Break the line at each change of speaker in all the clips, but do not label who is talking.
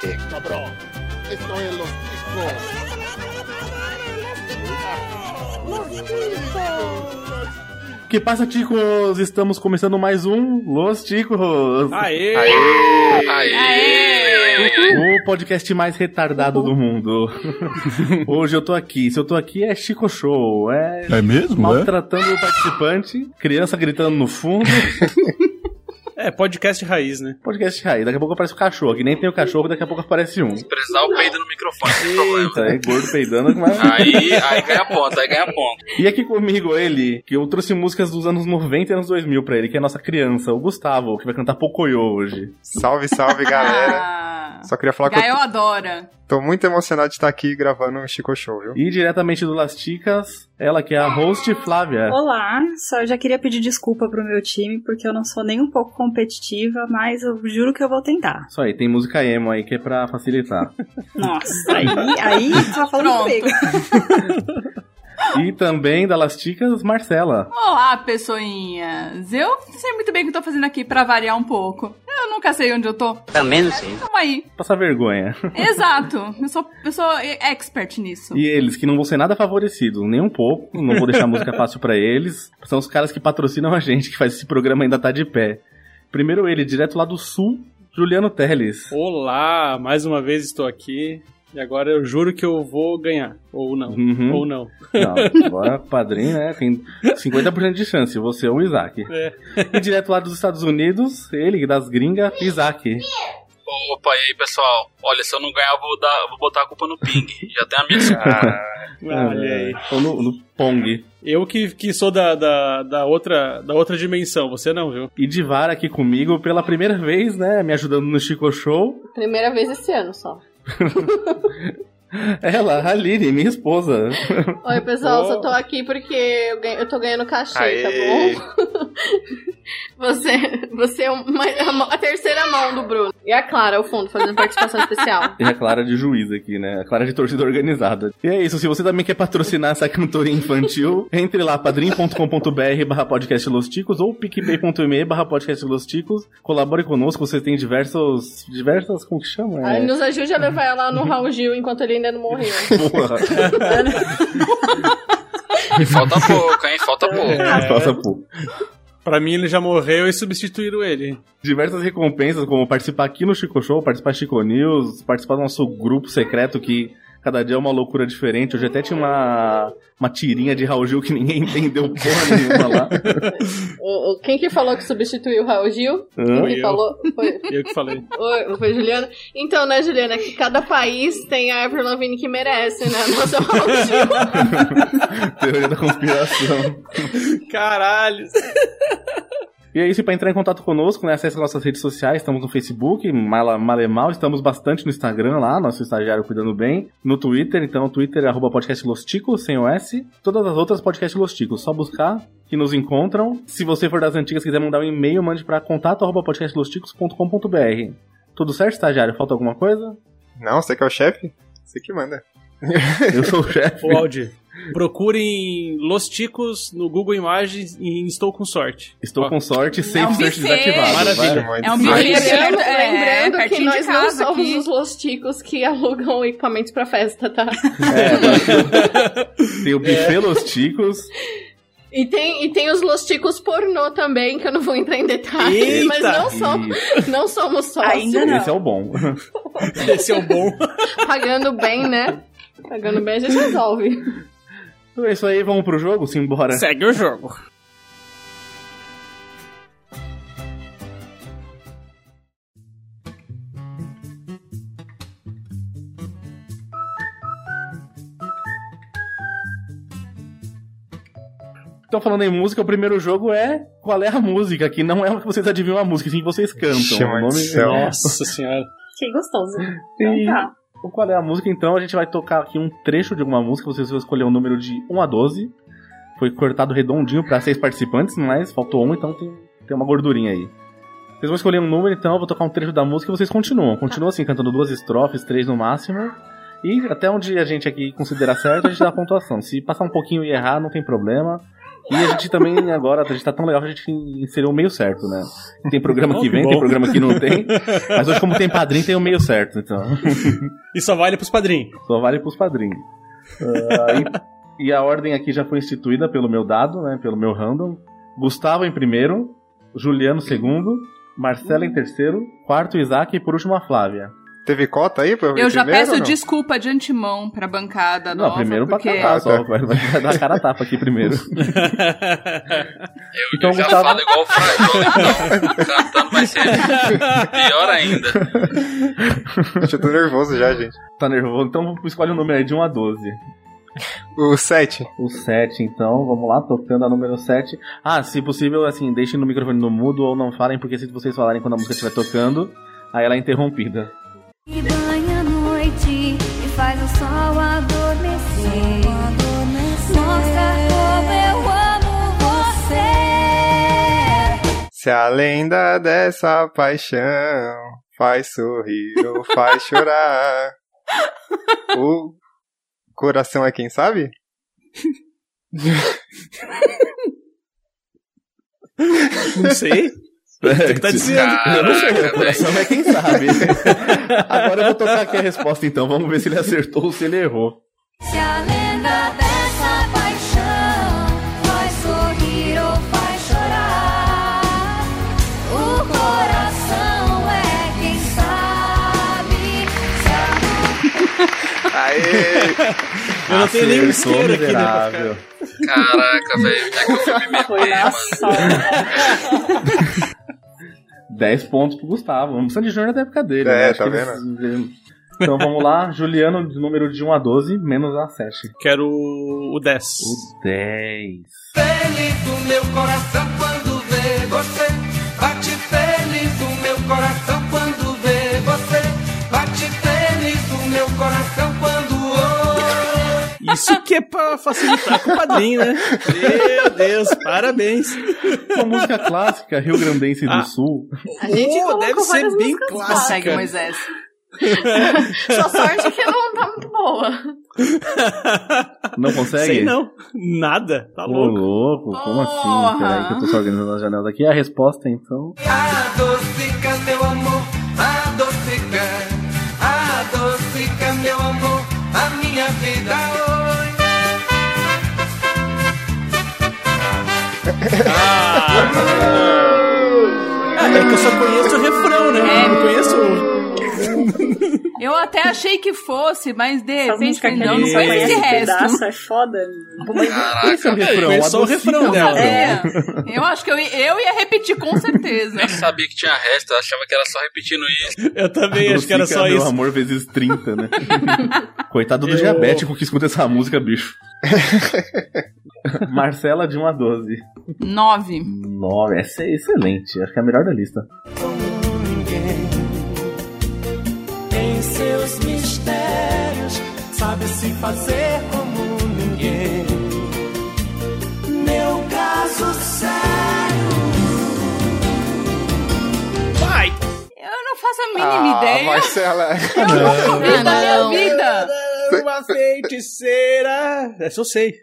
qué, cabrón? Esto es los discos.
Que passa, Ticos? Estamos começando mais um Los Ticos.
Aê!
Aê! Aê!
O podcast mais retardado do mundo. Hoje eu tô aqui. Se eu tô aqui é Chico Show. É
É mesmo, é?
maltratando o participante, criança gritando no fundo.
É, podcast raiz, né?
Podcast aí. Daqui a pouco aparece o cachorro. Que nem tem o cachorro, daqui a pouco aparece um.
Prezar o peido no microfone, sem problema.
Eita, é gordo peidando. Mas...
Aí, aí ganha ponto, aí ganha ponto.
E aqui comigo ele, que eu trouxe músicas dos anos 90 e anos 2000 pra ele, que é a nossa criança, o Gustavo, que vai cantar Pocoyo hoje.
Salve, salve, galera. Só queria falar que eu
Ah, Gael adora.
tô muito emocionado de estar aqui gravando um Chico Show, viu?
E diretamente do Las Ticas, ela que é a host Flávia.
Olá, só eu já queria pedir desculpa pro meu time, porque eu não sou nem um pouco competitiva, mas eu juro que eu vou tentar.
Isso aí, tem música emo aí que é pra facilitar.
Nossa, aí, aí tá falando
Pronto.
comigo.
e também da Las Ticas, Marcela.
Olá, pessoinhas. Eu sei muito bem o que eu tô fazendo aqui, pra variar um pouco. Eu nunca sei onde eu tô.
Também não sei.
Tamo aí.
Passa vergonha.
Exato. Eu sou, eu sou expert nisso.
E eles, que não vão ser nada favorecidos, nem um pouco, não vou deixar a música fácil pra eles. São os caras que patrocinam a gente, que faz esse programa ainda tá de pé. Primeiro ele, direto lá do sul, Juliano Teles.
Olá, mais uma vez estou aqui. E agora eu juro que eu vou ganhar. Ou não.
Uhum.
Ou não.
Não, agora padrinho, né? Tem 50% de chance, você é o Isaac.
É.
E direto lá dos Estados Unidos, ele das gringas, Isaac.
Opa, e aí, pessoal? Olha, se eu não ganhar, eu vou, dar, vou botar a culpa no Ping. Já tem a minha desculpa.
Ah,
Olha aí.
Ou no, no Pong.
Eu que, que sou da, da, da outra, da outra dimensão, você não, viu?
E Divar aqui comigo pela primeira vez, né? Me ajudando no Chico Show.
Primeira vez esse ano só.
Ela, a Aline, minha esposa.
Oi, pessoal,
Oh.
só tô aqui porque eu, ganho- eu tô ganhando cachê,
Aê.
tá bom? você, você é uma- a mão- a terceira mão do Bruno. E a Clara, ao fundo, fazendo participação especial.
E a Clara de juiz aqui, né? A Clara de torcida organizada. E é isso, se você também quer patrocinar essa cantoria infantil, entre lá, padrim.com.br barra podcast Los Ticos ou picpay.me barra podcast Los Ticos. Colabore conosco, você tem diversos... diversas... como que chama? É,
Aí nos ajude a levar ela no Raul Gil enquanto ele ainda não morreu.
porra.
E falta pouco, hein? Falta pouco.
É.
Nossa, pô.
Pra mim ele já morreu e substituíram ele.
diversas recompensas, como participar aqui no Chico Show, participar do Chico News, participar do nosso grupo secreto que cada dia é uma loucura diferente. Hoje até tinha uma, uma tirinha de Raul Gil que ninguém entendeu porra nenhuma lá.
O- o- Quem que falou que substituiu o Raul Gil? Quem
Hã?
que
eu.
falou? Foi,
Eu que falei.
Oi, foi Juliana? Então, né, Juliana, que cada país tem a Avril Lavigne que merece, né? Nossa, Raul Gil.
Teoria da conspiração.
Caralho!
E é isso, e pra entrar em contato conosco, né, acesse nossas redes sociais, estamos no Facebook, Mala Malemal, estamos bastante no Instagram lá, nosso estagiário cuidando bem, no Twitter, então Twitter é arroba podcast Los Ticos, sem o S, todas as outras podcast Los Ticos, só buscar que nos encontram. Se você for das antigas, quiser mandar um e-mail, mande para contato arroba podcastlosticos.com.br. Tudo certo, estagiário? Falta alguma coisa?
não, você que é o chefe? Você que manda.
Eu sou o chefe.
Ô, Aldi, procurem Los Ticos no Google Imagens e estou com sorte.
Estou
Ó,
com sorte, safe
um
search
buffet.
desativado.
Maravilha.
Vai.
É um
Vai.
buffet.
Lembrando,
É,
lembrando que
pertinho de
nós não
casa
somos
aqui.
os losticos que alugam equipamentos pra festa, tá?
Vai. É,
É.
Tem o buffet Los Ticos.
E tem, e tem os losticos pornô também, que eu não vou entrar em detalhes, mas
Eita!
não, som,
e
não somos sócios.
Ainda É um- não.
Esse é o bom.
Esse é o bom.
Pagando bem, né? Pagando bem a gente resolve.
Então é isso aí, vamos pro jogo? Simbora.
Segue o jogo.
Então, falando em música, o primeiro jogo é Qual é a música? Que não é o que vocês adivinham a música, sim que vocês cantam.
Chama
O nome
de céu.
é-
Nossa senhora.
Que gostoso.
Sim.
Então tá.
O Qual é a música? Então, a gente vai tocar aqui um trecho de alguma música. Vocês vão escolher um número de 1 a 12. Foi cortado redondinho pra seis participantes, mas faltou um, então tem, tem uma gordurinha aí. Vocês vão escolher um número, então eu vou tocar um trecho da música e vocês continuam. Continuam assim, cantando duas estrofes, três no máximo. E até onde a gente aqui considerar certo, a gente dá a pontuação. Se passar um pouquinho e errar, não tem problema. E a gente também agora, a gente tá tão legal que a gente inseriu o meio certo, né? Tem programa
Oh,
que
que
vem,
bom.
tem programa que não tem. Mas hoje, como tem padrinho, tem o meio certo, então.
E só vale pros padrinhos.
Só vale pros padrinhos. Ah, e, e a ordem aqui já foi instituída pelo meu dado, né? Pelo meu random. Gustavo em primeiro, Juliano em segundo, Marcela em terceiro, quarto Isaac e por último a Flávia.
Teve cota aí pra eu vir
Eu já
primeiro ou
peço
não?
desculpa de antemão pra bancada
Não,
nova.
primeiro
Ah, porque...
pra catar, só.
Ah, tá.
Vai, vai dar cara a tapa aqui primeiro.
Eu,
Então,
eu já
Gustavo-
falo igual o Frajol, então. Cantando vai ser pior ainda.
Gente, eu tô nervoso já, gente.
Tá nervoso? Então escolhe um número aí de 1 a 12.
O 7.
O 7, então, vamos lá, tocando a número 7. Ah, se possível, assim, deixem no microfone no mudo ou não falem, porque se vocês falarem quando a música estiver tocando, aí ela é interrompida.
E banha a noite e faz o sol adormecer. Nossa, como eu amo você.
Se a lenda dessa paixão faz sorrir ou faz chorar. O coração é quem sabe?
Não sei. Você que tá dizendo.
Eu não sei,
Caraca,
o coração é quem sabe. Agora eu vou tocar aqui a resposta, então, vamos ver se ele acertou ou se ele errou.
Se a lenda dessa paixão faz sorrir ou faz chorar. O coração é quem sabe. Se a
Aê!
Eu não
ah,
tenho nenhum isqueiro aqui, né? pra ficar-
miserável.
Caraca, velho. Onde é que eu fui me
Foi
né?
meter,
na
mano?
sala.
10 pontos pro Gustavo. Não precisa de Júnior da época dele,
É,
né?
tá
que ele- Então vamos lá, Juliano, de número de 1 a 12, menos a 7.
Quero o 10.
O 10.
Feliz o meu coração quando vê você. Bate feliz o meu coração quando vê você. Bate feliz o meu coração quando ouve.
Isso que é pra facilitar com o padrinho, né? Meu Deus, parabéns.
Uma música clássica, Rio Grandense
Ah.
do Sul.
A gente
Pô,
colocou
deve ser
várias
bem
Consegue,
clássica.
Moisés.
Sua sorte que não tá muito boa.
Não consegue?
Sei não. Nada. Tá
Ô,
louco. Ah.
louco, como assim?
Porra.
Peraí, que eu tô só organizando as janelas aqui. A resposta, então.
Adocica, meu amor, adocica. Adocica, meu amor, a minha vida hoje.
Ah, é que eu só conheço o refrão, né?
É.
Não conheço o...
Eu até achei que fosse, mas de
Essas
repente
músicas
falei,
que
não,
a
não
gente
Sim.
só
foi esse
conhece um
resto.
pedaço, é foda.
Esse é o refrão.
conheço só o
adocica
refrão né? dela.
É, eu acho que eu, ia- eu ia repetir com certeza.
Nem sabia que tinha resto, eu achava que era só repetindo isso.
Eu também acho que era
Adocica,
só
meu
isso.
amor vezes 30, né? Coitado do
Eu-
diabético que escuta essa música, bicho. Marcela de 1 a 12.
Nove.
9, essa é excelente. Acho que é a melhor da lista.
Em seus mistérios, sabe se fazer como ninguém. Meu caso sério.
Vai!
Eu não faço a mínima
Ah,
ideia.
Marcela.
Eu vivo da minha
não.
vida.
Uma feiticeira! Essa eu sei.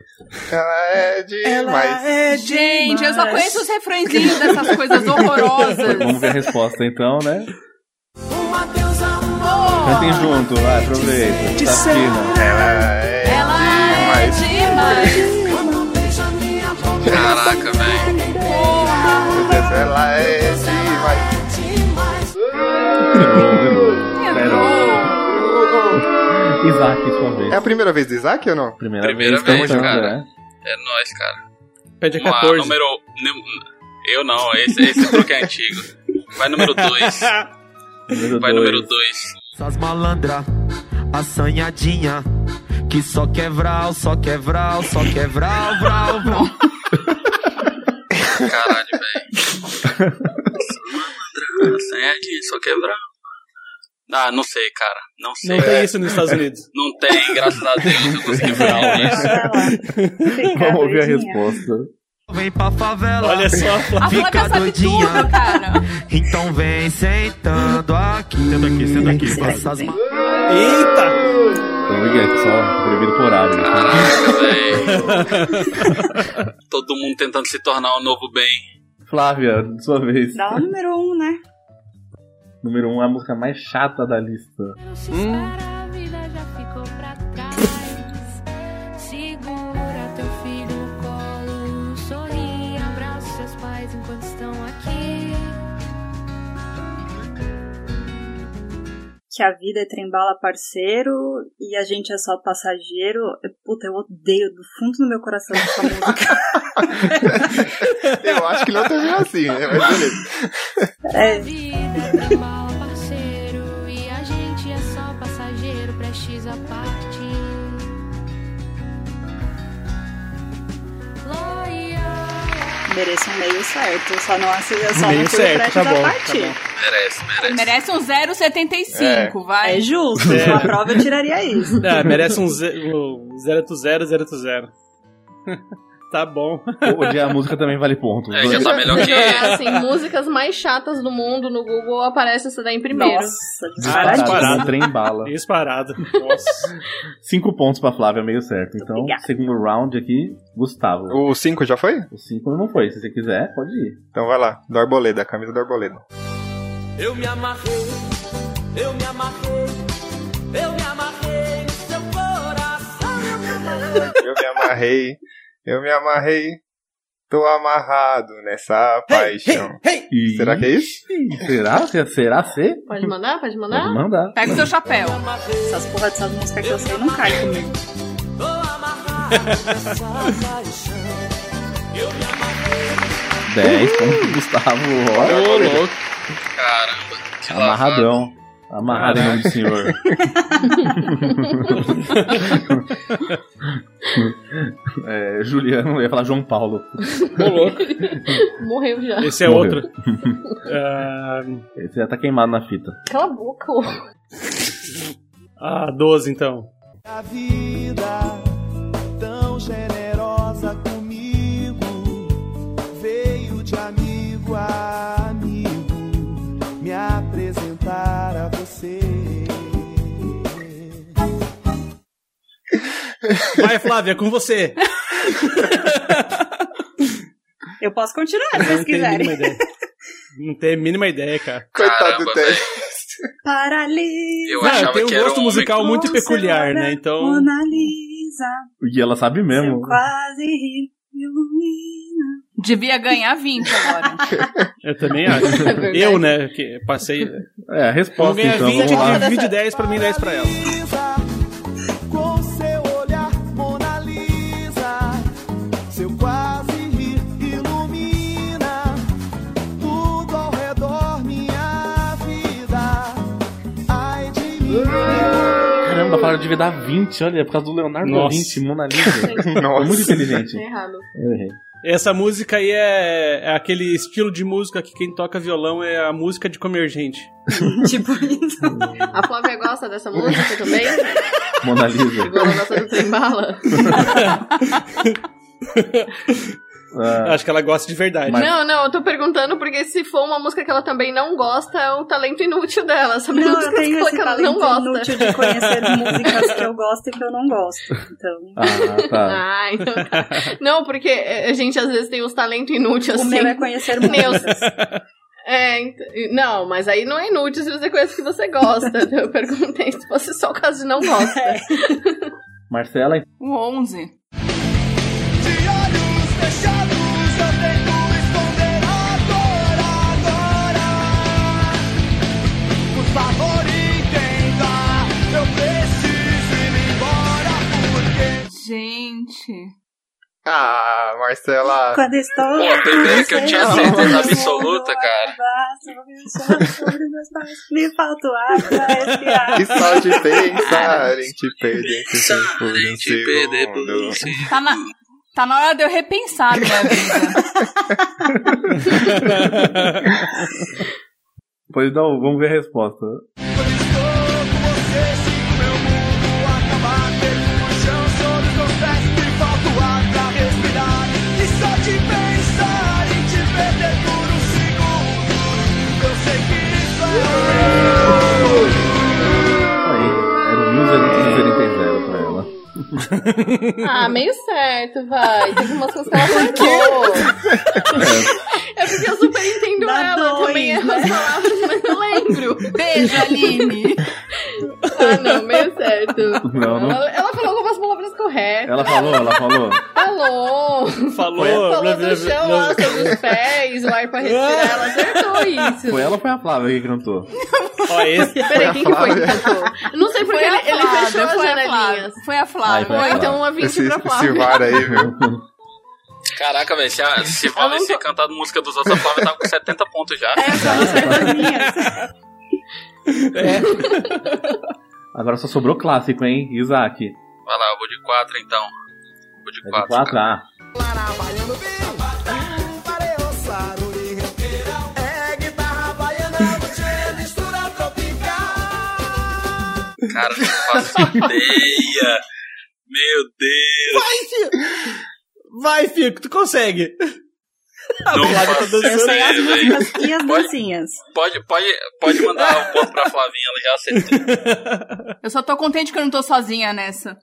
Ela é demais.
é
Gente, eu só
demais.
conheço os refrãezinhos dessas coisas horrorosas.
Vamos ver a resposta, então, né?
Uma deusa,
Cantem junto, vai, aproveita. Tá fino.
Ela é
Ela é
demais.
demais.
quando beija minha boca.
Caraca, velho.
Meu Deus, ela é demais.
Errou.
Isaac, sua vez.
É a primeira vez do Isaac ou não?
Primeira,
Primeira
vez, estamos
vez,
juntos,
cara.
né?
É nóis, cara.
Pede a
Vamos lá,
14.
número. nu- Eu não, esse, esse bloco é antigo. Vai número 2. Vai
dois.
número 2.
Essas malandra, assanhadinha, que só quebral, só quebral, só quebral, vral, vral.
Caralho, velho. Malandra, sede, só quebrar. Ah, não sei, cara. Não sei.
Não tem isso nos Estados Unidos.
Não tem, graças a Deus, eu consegui né? falar isso.
Vamos ouvir a resposta.
Vem pra favela.
Olha só, Flávio.
A Flávia
Fica
sabe
doidinha.
tudo, cara.
Então vem sentando aqui. Senta aqui, senta aqui. Essas ma-
Eita!
Então, obrigado, só proibido por horário. né?
Caraca, velho. Todo mundo tentando se tornar o novo bem.
Flávia, sua vez.
Dá o número um, né?
Número 1, um, a música mais chata da lista.
A vida já ficou pra trás. Segura teu filho no colo. Sorri, abraça seus pais enquanto estão aqui.
Que a vida é trembala parceiro e a gente é só passageiro. Puta, eu odeio do fundo do meu coração essa música.
Eu acho que não termina assim, né? Mas beleza.
É.
Trambala, parceiro. E a gente é só passageiro, prestes a partir.
Mereço um meio certo. Só não assi- eu só não
Meio
tive
certo,
prestes
tá
a
bom, tá
partir.
bom.
Merece, merece.
Merece um 0,75, vai.
É justo,
É.
uma prova eu tiraria isso.
Ah, merece um 0 0 0 Tá bom.
Ou Odiar a música também vale ponto.
É, já tá melhor que
Jogar, assim, músicas mais chatas do mundo no Google aparece essa daí em primeiro.
Nossa,
Disparado,
disparado.
como um trem bala.
Disparado. Nossa.
Cinco pontos pra Flávia, meio certo. Então,
Obrigada.
segundo round aqui, Gustavo.
O 5 já foi?
O cinco não foi. Se você quiser, pode ir.
Então vai lá, do Arboleda, camisa do Arboleda.
Eu me amarrei, eu me amarrei, eu me amarrei no seu coração.
Eu me amarrei, eu me amarrei, tô amarrado nessa paixão.
Então, E-
Será que é isso?
Será? Será? Será ser?
Pode mandar? Pode mandar?
Pode mandar.
Pega o seu chapéu.
Essas porra dessas músicas que eu sei não caem comigo.
Tô amarrado nessa paixão. Eu me amarrei.
10 pontos, Gustavo.
Tá
Ô,
Olha,
louco. Caramba. que lavada.
amarradão. Amarrado em nome do senhor. é, Juliano, eu ia falar João Paulo.
Ô, louco.
Morreu já.
Esse é
Morreu.
outro. Ah,
Esse já tá queimado na fita.
Cala a boca, ô.
ah, 12 então.
A vida tão generosa comigo veio de amigo a amigo me apresentar a você.
Vai, Flávia, com você.
Eu posso continuar se vocês
Não tem a
quiserem.
mínima ideia. Não tem a mínima ideia, cara.
Coitado
Caramba,
do Ted.
Paralisa.
Eu
Não,
achava
tem um
que era
gosto
um homem.
musical muito
Você
peculiar,
mora,
né? Então.
Mona Lisa,
E ela sabe
seu
mesmo.
quase rio ilumina.
Devia ganhar 20 agora.
Eu também acho.
verdade.
Eu, né? Que passei.
É, a
Vou
resposta
ganhar
então.
20,
Vamos lá.
divide 10 pra mim e 10 pra ela.
Lisa, com seu olhar Mona Lisa, seu quase rir ilumina tudo ao redor minha vida. Ai de mim.
Caramba, para de dar 20, olha, é por causa do Leonardo da
Nossa.
Vinci, Mona Lisa. Foi muito
Nossa.
inteligente.
Tá errado.
Eu errei.
Essa música aí é, é aquele estilo de música que quem toca violão é a música de comer gente.
Tipo isso.
A Flávia gosta dessa música também?
Mona Lisa.
Igual a nossa do Trembala?
Ah,
Acho que ela gosta de verdade.
Mas-
Não, não, eu tô perguntando porque se for uma música que ela também não gosta, é um talento inútil dela. Sabe
Não, eu
músicas
tenho esse
que ela
talento
não gosta.
inútil de conhecer músicas que eu gosto e que eu não gosto. Então,
ah, tá.
Ah, então tá. Não, porque é, a gente às vezes tem uns talentos inúteis
o
assim.
meu é conhecer
Meu.
músicas.
É, ent- não, mas aí não é inútil se você conhece o que você gosta. Eu perguntei se fosse só o caso de não gosta.
Marcela,
Um 11.
De olhos fechados eu tento esconder agora, agora. Por favor, entenda, eu preciso ir embora porque
Gente.
Ah, Marcela.
Quando estou.
Pô, a primeira que eu tinha
Sei
certeza
lá,
absoluta, cara.
abraço, eu sobre meus pais, Me falta o ar pra respirar.
Que só de pensar em te perder em tempo em um
Gente, perder por
segundo.
isso.
Tá na, tá na hora de eu repensar a minha vida.
pois não, vamos ver a resposta.
quando estou com você, sinto meu mundo acabar. Perco o chão sobre os meus pés, me falta o ar pra respirar. E só de pensar em te perder por um segundo, eu sei que isso é.
Aí, era o 1800.
Ah, meio certo, vai. Teve umas constelações boas. É porque eu super entendo
Dá
ela,
dois,
também erro
né?
as palavras, mas eu lembro.
Beijo, Aline.
Ah, não, meio certo.
Não, não.
Ela, ela falou algumas palavras corretas.
Ela falou, ela falou.
Falou.
Falou,
Falou
blá, blá,
do
blá,
chão,
blá.
ela sobre os pés, o ar pra respirar. Ela acertou isso.
Foi ela ou foi a Flávia que cantou?
Ó, esse...
Peraí, quem que foi que cantou? Eu Não sei porque
Foi
ele,
a
ele
Flávia,
fechou as
foi a Flávia,
janelinhas.
Foi
Ai, foi
a
a
Flávia.
Ou então um
Esse,
avinho pra
esse
Flávia.
VAR aí, meu.
Caraca, velho, se, a- se valesse cantado música dos outros, a Flávia tava com 70 pontos já.
É.
Agora só sobrou clássico, hein? Isaac.
Vai lá, eu vou de 4 então. Vou de
É de
4.
4 a
Cara, não faço ideia. Meu Deus.
Vai, Fico! Vai, Fico, tu consegue! A
Não
Flávia tá
faço
dançando.
ideia, velho.
Mas e as dancinhas?
Pode, pode, pode mandar um ponto pra Flavinha, ela já acertou.
Eu só tô contente que eu não tô sozinha nessa.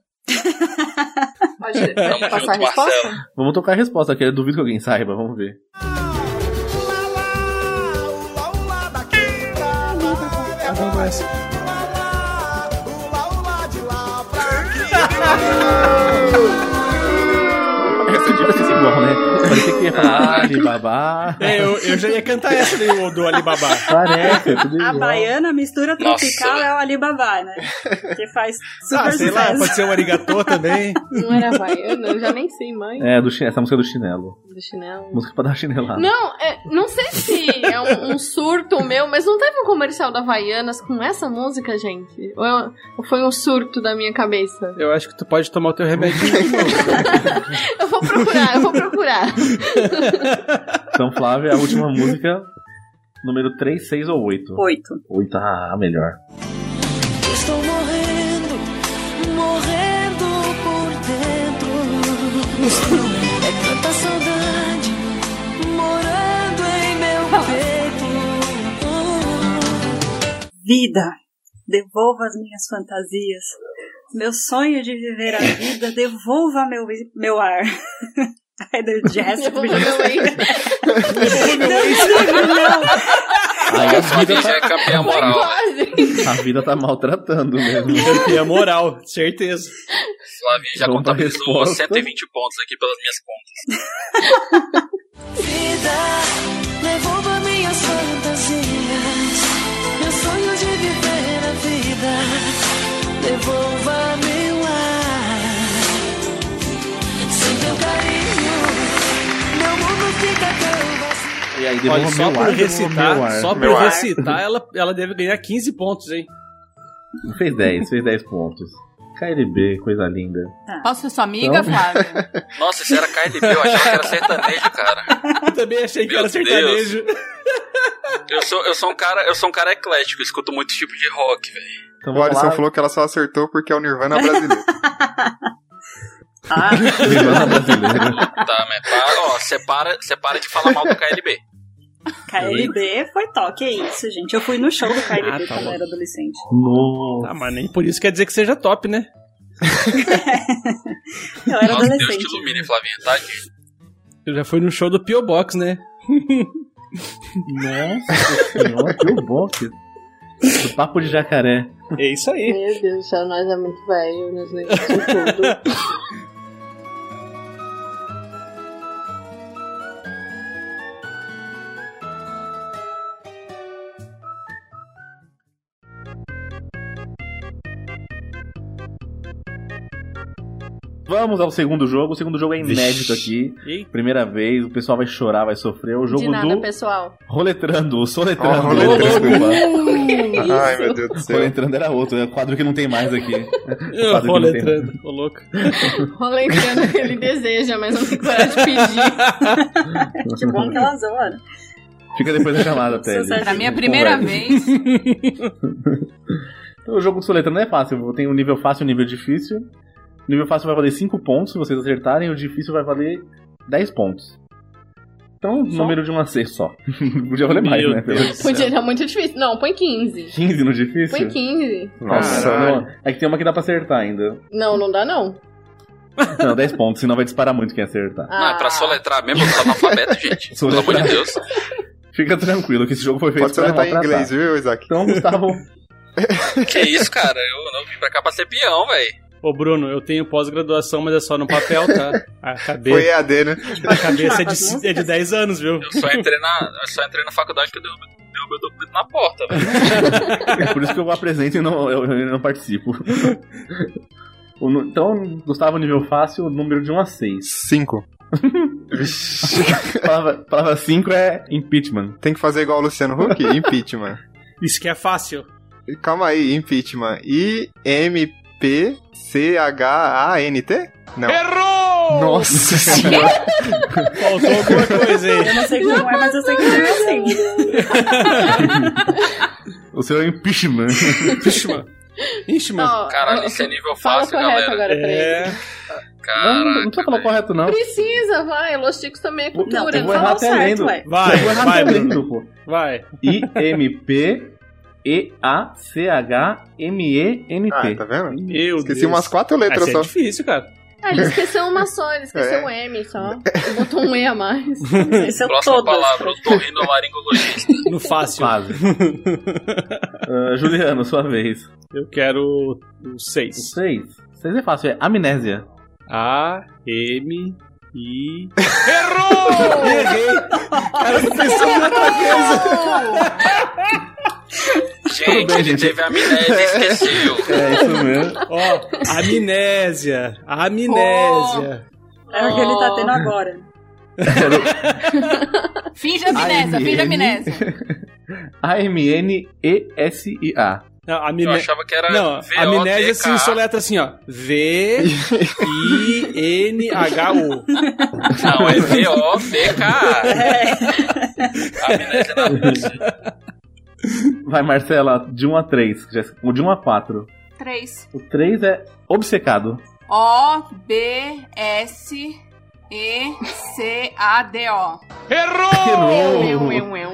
Pode, pode
Tamo
passar a
junto,
resposta?
Marcelo.
Vamos tocar a resposta aqui, eu duvido que alguém saiba, vamos ver.
é
Essa devia ser igual, né? Parecia que ia falar Alibaba.
É, eu, eu já ia cantar essa daí, o do Alibaba.
Parece, é tudo
A
igual.
baiana mistura
Nossa,
tropical
velho.
é o Alibaba, né? Que faz super
Ah, sei lá,
sucesso.
pode ser um arigatô também.
Não era Havaiana? Eu já nem sei, mãe.
É, do, chi- essa música é do chinelo.
Do chinelo.
Música pra dar chinelada.
Não, é, não sei se é um, um surto meu, mas não teve um comercial da Havaianas com essa música, gente? Ou, é- ou foi um surto da minha cabeça?
Eu acho que tu pode tomar o teu remedinho.
Eu vou procurar, eu vou procurar.
Então, Flávia, a última música, número 3, 6 ou 8?
Oito.
8, ah, a melhor.
Estou morrendo, morrendo por dentro. É tanta saudade morando em meu peito.
Vida, devolva as minhas fantasias. Meu sonho de viver a vida, devolva meu, meu ar. Ai, do Jess.
Devolva meu ex.
Aí a vida,
Flavinha já é campeã moral.
Quase.
tá, a vida tá maltratando mesmo.
Campeã é moral, certeza.
Flavinha já
Vamos pra
contabilizou
resposta.
120 pontos aqui pelas minhas contas.
Vida, devolva minhas fantasias. Meu sonho de viver a vida, devolva meu ar. Sem teu carinho, meu mundo fica tão vazio.
E aí,
Olha,
devolva
só
meu
por
ar, devolva meu
recitar,
ar.
só
Meu
por
ar.
recitar, ela, ela deve ganhar 15 pontos, hein?
Fez 10, fez 10 pontos. KLB, coisa linda.
Posso ser sua amiga,
Então-
Flávia?
Nossa, isso era KLB, eu achava que era sertanejo, cara.
Eu também achei que
Meu
era sertanejo.
Eu sou, eu sou um cara, eu sou um cara eclético, escuto muito tipo de rock, velho.
Então,
O Alisson falou que ela só acertou porque é o Nirvana brasileiro.
Ah,
Nirvana brasileira.
Tá, mas para, ó, separa, separa de falar mal do KLB.
KLB foi toque, é isso, gente. Eu fui no show do KLB
Ah, tá
quando
bom.
eu era adolescente.
Nossa.
Ah, mas nem por isso quer dizer que seja top, né?
Eu era
Nossa, Deus te
adolescente.
ilumine, Flavinha, tá?
Eu já fui no show do Pio Box, né?
Nossa senhora, que box. Do papo de jacaré.
É isso aí.
Meu Deus, do céu, nós é muito velho, nós lembramos de tudo.
Vamos ao segundo jogo. O segundo jogo é inédito aqui.
Eita.
Primeira vez, o pessoal vai chorar, vai sofrer. É o jogo
De nada,
do
pessoal.
Roletrando, o Soletrando.
Oh, Roletrando.
Desculpa.
Ai, meu Deus do céu.
Roletrando era outro, é o quadro que não tem mais aqui.
Eu
Quadro
Ah, vou
que não tem
letrando, ô louco.
Roletrando que ele deseja, mas não tem coragem de pedir.
Que bom que ela zoa. né?
mais. Fica depois da chamada, Tele.
Sucesso.
Pra minha primeira
Conversa.
vez.
Então, O jogo do Soletrando é fácil. Tem um nível fácil e um nível difícil. O nível fácil vai valer 5 pontos se vocês acertarem, o difícil vai valer 10 pontos. Então,
Só?
número de um acerto só. Podia valer mais,
Meu
né?
Deus do céu.
Podia, não, muito difícil. Não, põe 15.
15 no difícil?
Põe 15.
Nossa,
Caralho.
não. É que tem uma que dá pra acertar ainda.
Não, não dá não.
Não, 10 pontos, senão vai disparar muito quem acertar.
Não,
Ah.
é pra soletrar mesmo, eu sou analfabeto, gente. Pelo amor de Deus.
Fica tranquilo que esse jogo foi feito
Pode soletrar tá em inglês, viu, Isaac?
Então, Gustavo,
Que isso, cara? Eu não vim pra cá pra ser peão, velho.
Ô, Bruno, eu tenho pós-graduação, mas é só no papel, tá? A cabeça,
Foi EAD, né?
a cabeça é, de, é de 10 anos, viu?
Eu só entrei na, eu só entrei na faculdade que eu dei o meu- dei o meu documento na porta, velho.
É por isso que eu apresento e não, eu, eu não participo. O nu- Então, Gustavo, nível fácil, número de 1 a 6.
Cinco.
Palavra 5 é impeachment.
Tem que fazer igual o Luciano Huck? Impeachment.
Isso que é fácil.
Calma aí, impeachment. I-M-P-C-H-A-N-T? Não.
Errou!
Nossa senhora.
Faltou alguma coisa aí.
Eu não sei como é, mas eu sei que não é assim.
O seu é impeachment.
Ixi, mano. Ixi, mano.
Ó,
Caralho,
ó,
isso é nível
Fala
fácil,
correto
galera.
agora pra ele.
É.
Não, não
Cara,
precisa falar correto, não.
Precisa, vai. Los Ticos também é
Não,
cultura.
tem
eu vou
que
errar até
falar o certo,
lendo.
ué.
Vai,
Eu vou errar
vai,
também,
Bruno.
pô.
Vai.
Ah,
I-M-P-E-A-C-H-M-E-N-T.
tá vendo?
Meu
Esqueci
Deus.
umas quatro
Ah,
letras
isso é
só.
difícil, cara.
Ah, ele esqueceu uma só, ele esqueceu
É.
um M só. Ele Botou um E a mais.
Esse é o
próxima
todo.
palavra, eu tô rindo laringologista.
No fácil.
Quase. Ah, Juliano, sua vez.
Eu quero o 6.
6. 6 é fácil, é amnésia.
A, M, I. Errou! Cara, eu pensei em outra coisa.
bem,
Gente, ele
gente.
teve amnésia e esqueceu.
É isso mesmo.
Ó, amnésia. Amnésia.
É o que ele tá tendo
Ah.
agora.
Finge a amnésia,
Ai,
finge a
M.
amnésia.
A-M-N-E-S-I-A.
Não,
Eu
amnésia.
achava que era
Não,
V, O,
amnésia
T,
se
K,
soletra assim, ó. V, I, N, H, U.
Não, é V, O, T, K. Amnésia na Rússia.
Vai, Marcela, de 1 a 3. Jéssica. De 1 a 4.
3.
O 3 é obcecado.
O, B, S, E, C, A, D, O.
um
Eu, eu,
Errou!
eu, eu.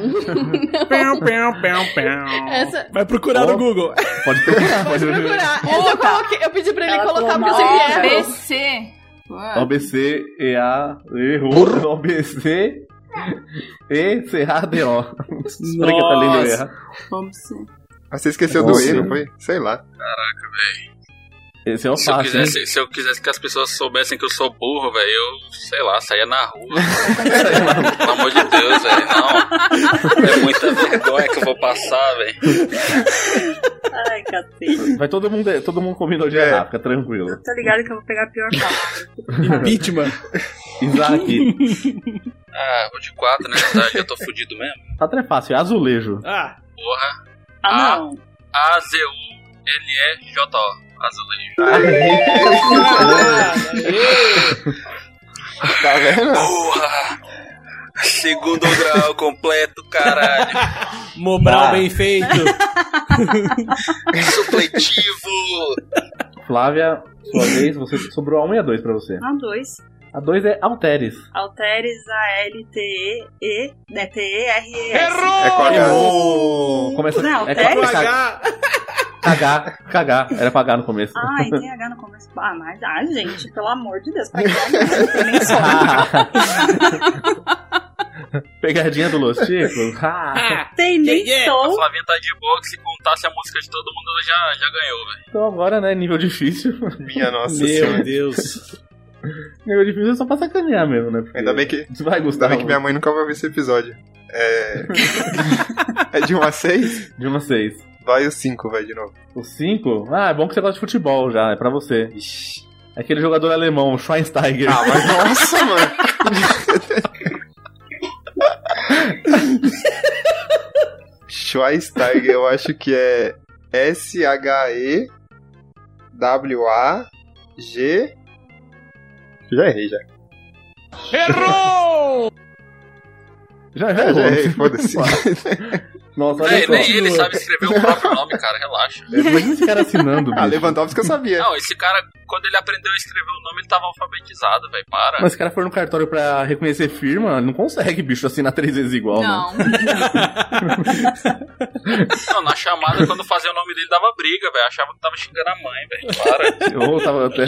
Pão, pão, pão, pão.
Essa-
Vai procurar no
Ó.
Google.
Pode procurar, pode
Pode
procurar.
procurar. Essa eu, coloquei, eu pedi pra ele
Ela
colocar
tomou
porque eu sei
uma
que
B,
errou.
C.
É
Ué.
OBC, EA, errou. OBC, E, C, A, D, O. Espera que tá lendo
Nossa.
erra.
Vamos ser.
Ah, você esqueceu do
Nossa.
E, não foi? Sei lá.
Esse é o
Se eu,
fácil. hein?
quisesse, se eu quisesse que as pessoas soubessem que eu sou burro, velho, eu, sei lá, saía na rua. Pelo amor de Deus, velho, não. É muita vergonha que eu vou passar, velho.
Ai, cacete.
Vai todo mundo, todo mundo combinou de
É.
errar, fica tranquilo.
Tô ligado que eu vou pegar a pior palavra.
Impeachment.
Isaac,
Ah, vou de quatro, né? Tá, já tô fudido mesmo.
até é fácil, é azulejo.
Ah,
Porra.
Ah, não.
A, Z, U, L, E, J, O. Azulejo.
ah, aê.
Tá vendo?
Porra! Segundo grau completo, caralho.
Mobral
Ah.
bem feito.
Supletivo.
Flávia, sua vez, você sobrou a 1 e a 2 pra você.
A Ah, dois.
A 2 é alteres.
Alteres A L T E E. Né, T E R E S.
É com H.
Errou! Começa
Não,
é
alteres?
H.
cagar, cagar. Era pra H no começo.
Ah, e tem H no começo. Ah, mas. Ah, gente, pelo amor de Deus. Pra que tá H? Eu nem sou. um
Pegadinha do Los Chicos? Ah,
Tem nem
Yeah,
A
som.
Flavinha tá de boa que se contasse a música de todo mundo, ela já, já ganhou, velho.
então agora, né? Nível difícil.
Minha nossa
Meu
senhora.
Deus.
Nível difícil é só pra sacanear mesmo, né? Porque-
Ainda bem que.
Você vai
Ainda
gostar
bem que minha mãe nunca vai ver esse episódio. É. é de 1 a 6?
de uma 6.
Vai o 5, vai de novo.
O 5? Ah, é bom que você gosta de futebol já, é pra você. É Aquele jogador alemão, o Schweinsteiger.
Ah, mas nossa, mano. Schweinsteiger, eu acho que é S-H-E-W-A-G. Já errei, já.
Errou!
Já, já
É, já
errou.
errei, foda-se.
Nossa, olha
É,
só.
nem ele sabe escrever o próprio nome, cara, relaxa.
Imagina esse cara assinando, bicho.
Ah, Lewandowski eu sabia.
Não, esse cara, quando ele aprendeu a escrever o nome, ele tava alfabetizado, velho, para.
Mas se o cara for no cartório pra reconhecer firma, não consegue, bicho, assinar três vezes igual, né?
Não, na chamada, quando fazia o nome dele, dava briga, velho. Achava que tava xingando a mãe, velho, para.
Ou tava até.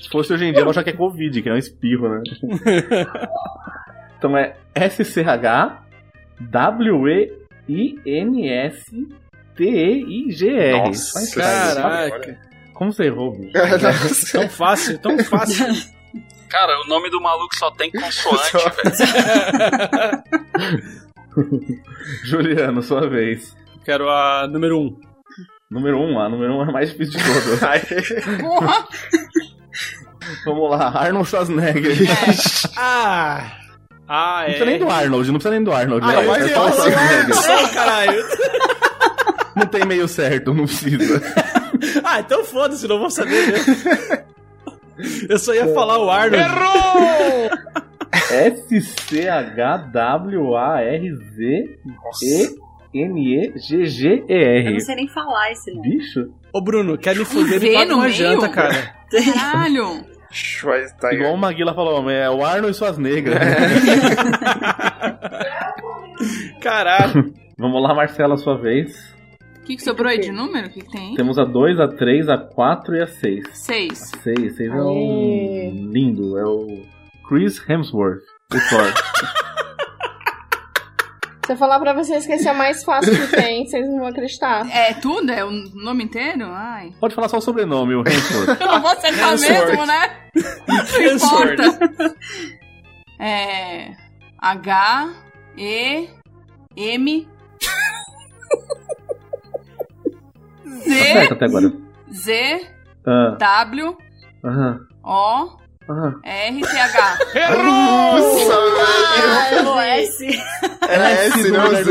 Se fosse hoje em dia, eu vou achar que é Covid, que é um espirro, né? então é SCH
É.
W-E-I-N-S-T-E-I-G-R.
Nossa,
Vai entrar,
caraca.
sabe? Como você errou, bicho?
Tão fácil, tão fácil.
Cara, o nome do maluco só tem consoante, velho.
Juliano, sua vez.
Quero a número 1. Um.
Número 1, um, a número 1 um é a mais difícil de todas.
Porra!
Vamos lá, Arnold Schwarzenegger.
é.
Ah! Ah,
Não
é.
precisa nem do Arnold, não precisa nem do Arnold.
Ah,
né?
mas
é só o
eu-
Schwarzenegger.
Não, caralho.
Não tem meio certo, não precisa.
Ah, então foda-se, não vou saber mesmo. Eu só ia falar o Arnold.
Errou!
Eu não
S-C-H-W-A-R-Z-E-N-E-G-G-E-R.
sei nem falar esse nome.
Bicho.
Ô, Bruno, quer me
fuder, me paga uma janta, cara. Caralho!
Tá
Igual o Maguila falou, é o Arnold e suas negras.
É.
Caralho.
Vamos lá, Marcela, sua vez.
O que, que sobrou aí de número? O que, que tem?
Temos a 2, a 3, a 4 e a 6.
Seis.
6, 6 é um lindo, é o Chris Hemsworth. O Thor.
Se eu falar pra vocês que esse é o mais fácil que tem, vocês não vão acreditar.
É tudo? É o nome inteiro? Ai.
Pode falar só o sobrenome, o Hemsworth.
Eu não vou acertar
Hemsworth.
mesmo, né? Não importa. É. H. E. M.
Tá
Z.
certo até agora.
Z.
Ah,
W.
aham,
O.
aham.
R. T. H.
Errou
S.
Era S, não
Z.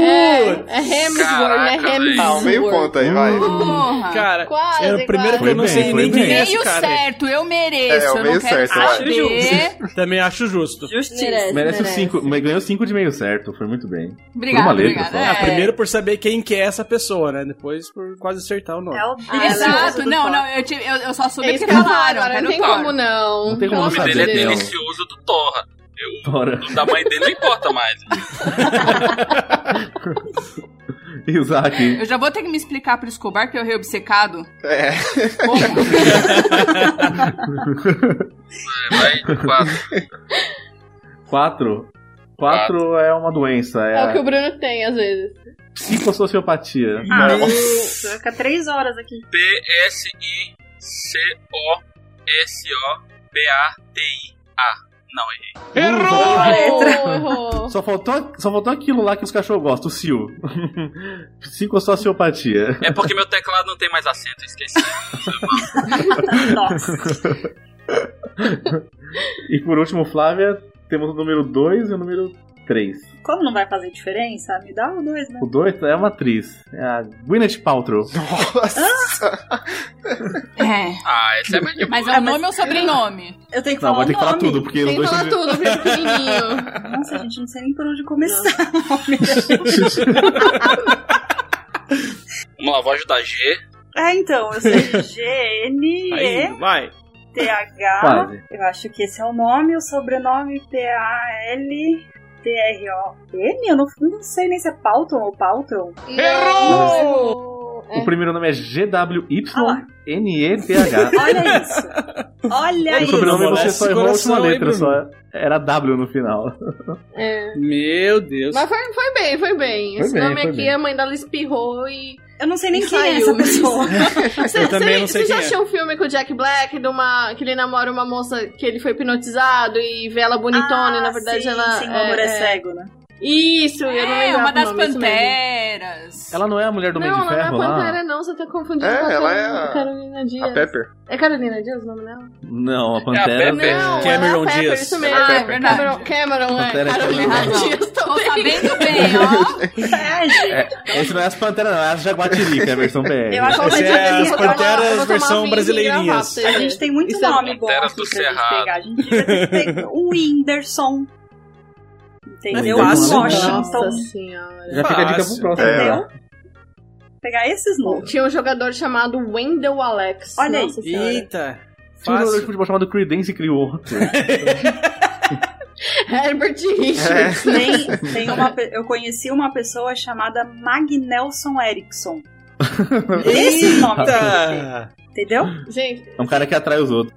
É, é Hemsworth,
Caraca,
é Hemsworth.
Ah, meio ponto aí, vai.
Porra.
Cara,
Quase,
era É o primeiro
quase.
que eu não
Foi
sei
bem, foi
nem quem é esse
Meio
cara.
certo, eu mereço.
É, o
eu
meio
não quero
certo, eu acho.
saber.
Também acho justo.
Merece,
Merece
merece.
o 5, mas ganhou 5 de meio certo, foi muito bem.
Obrigada,
Por uma letra
obrigada.
só.
É.
Ah, primeiro por saber quem que é essa pessoa, né? Depois por quase acertar o nome.
É o
Ah,
Exato,
do
não,
Thor.
não, eu, tive- eu, eu só soube
É isso
que
que eu ia falar
falaram.
agora,
era
não
o
tem
Thor.
como não.
Não tem
O
como
nome
saber,
dele é
né?
delicioso do Torra. Eu-
Tora.
O da mãe dele não importa mais.
Isaac.
Eu já vou ter que me explicar pro Escobar que eu errei obcecado.
É.
É, Vai, quatro.
4. 4 é uma doença,
É o que o
é
Bruno tem, às vezes.
psicossociopatia.
Ah, isso. Vai ficar três horas aqui.
P-S-I-C-O-S-O-B-A-T-I-A. Não, errei.
Errou, errou.
Só faltou, só faltou aquilo lá que os cachorros gostam, o Sil. Psicossociopatia.
É porque meu teclado não tem mais acento, eu esqueci.
Nossa.
E por último, Flávia, temos o número 2 e o número 3.
Como não vai fazer diferença? Me dá um dois, né?
O 2 é uma atriz, é a Gwyneth Paltrow.
É.
Ah, essa é mais de boa.
Mas é o nome ou sobrenome?
Eu tenho que
Não, vai
falar o
ter que falar
nome.
tudo, porque os
Tem que
dois
falar
são...
tudo, porque é pequenininho.
Nossa, gente, não sei nem por onde começar.
Vamos lá, vou ajudar G.
ah, então, eu sei G, N, E,
Aí, vai.
T, H.
Quase.
Eu acho que esse é o nome, o sobrenome P, A, L, T, R, O, N? Eu não, não sei nem se é Palton ou Palton.
Errou!
O primeiro nome é G-W-Y-N-E-T-H.
Olha isso. Olha
é O
isso.
sobrenome você
Esse
só errou a
coração
última
aí,
letra, só
Bruno.
era W no final.
É.
Meu Deus.
Mas foi, foi bem, foi bem.
Foi
Esse
bem,
nome
foi
aqui,
bem.
a mãe dela espirrou e.
Eu não sei nem
E
quem é
saiu.
essa pessoa.
Cê-
também
cê-
não sei
cê
quem
já
é.
assistiu um filme com o Jack Black, de uma, que ele namora uma moça que ele foi hipnotizado e vê ela bonitona e Então,
Ah,
na verdade
Ah, sim,
ela.
Sim, o amor é,
é-
cego, né?
Isso, eu não
É,
lembro.
uma das panteras.
Ela não é a mulher do meio
Não,
de
não é a
ferro lá?
Pantera, não, você tá confundindo
É,
com a
ela
Carolina-
é a-
Carolina Dias.
A Pepper.
É Carolina Dias o nome dela?
Não, a
É
Pantera.
a Pepper.
Não,
Cameron
ela é a Pepper,
Dias.
isso mesmo.
Ah, é verdade.
Cameron, Cameron é
Pantera é
Carolina
Carolina.
Dias
Tô
também.
sabendo bem, ó.
É, gente.
Esse não é as Panteras, não, é as Jaguatirica, é a versão BR.
Eu acho que
Essa é
vai ter
as
que-
Panteras
Eu vou tomar um
versão
vinho e
brasileirinhas.
gravar pra vocês
A
verem.
gente tem muito
Isso é
nome bom
Panteras
assim,
do
pra gente
Cerrado.
pegar. A gente devia ter que ter o Whindersson. Entendeu?
Fácil.
Washington. então,
Nossa senhora.
Já fica a dica pro próximo.
É.
né?
É.
Pegar esses nomes.
Tinha um jogador chamado Wendell Alex.
Olha aí.
Nossa senhora.
Eita!
Tinha um jogador de
Fácil.
futebol chamado Creedence Clearwater.
Herbert
É.
Richards.
Tem, tem uma, pe- eu conheci uma pessoa chamada Magnelson Erickson. Esse nome tem que
Eita!
ter, entendeu?
Gente,
É um cara que atrai os outros.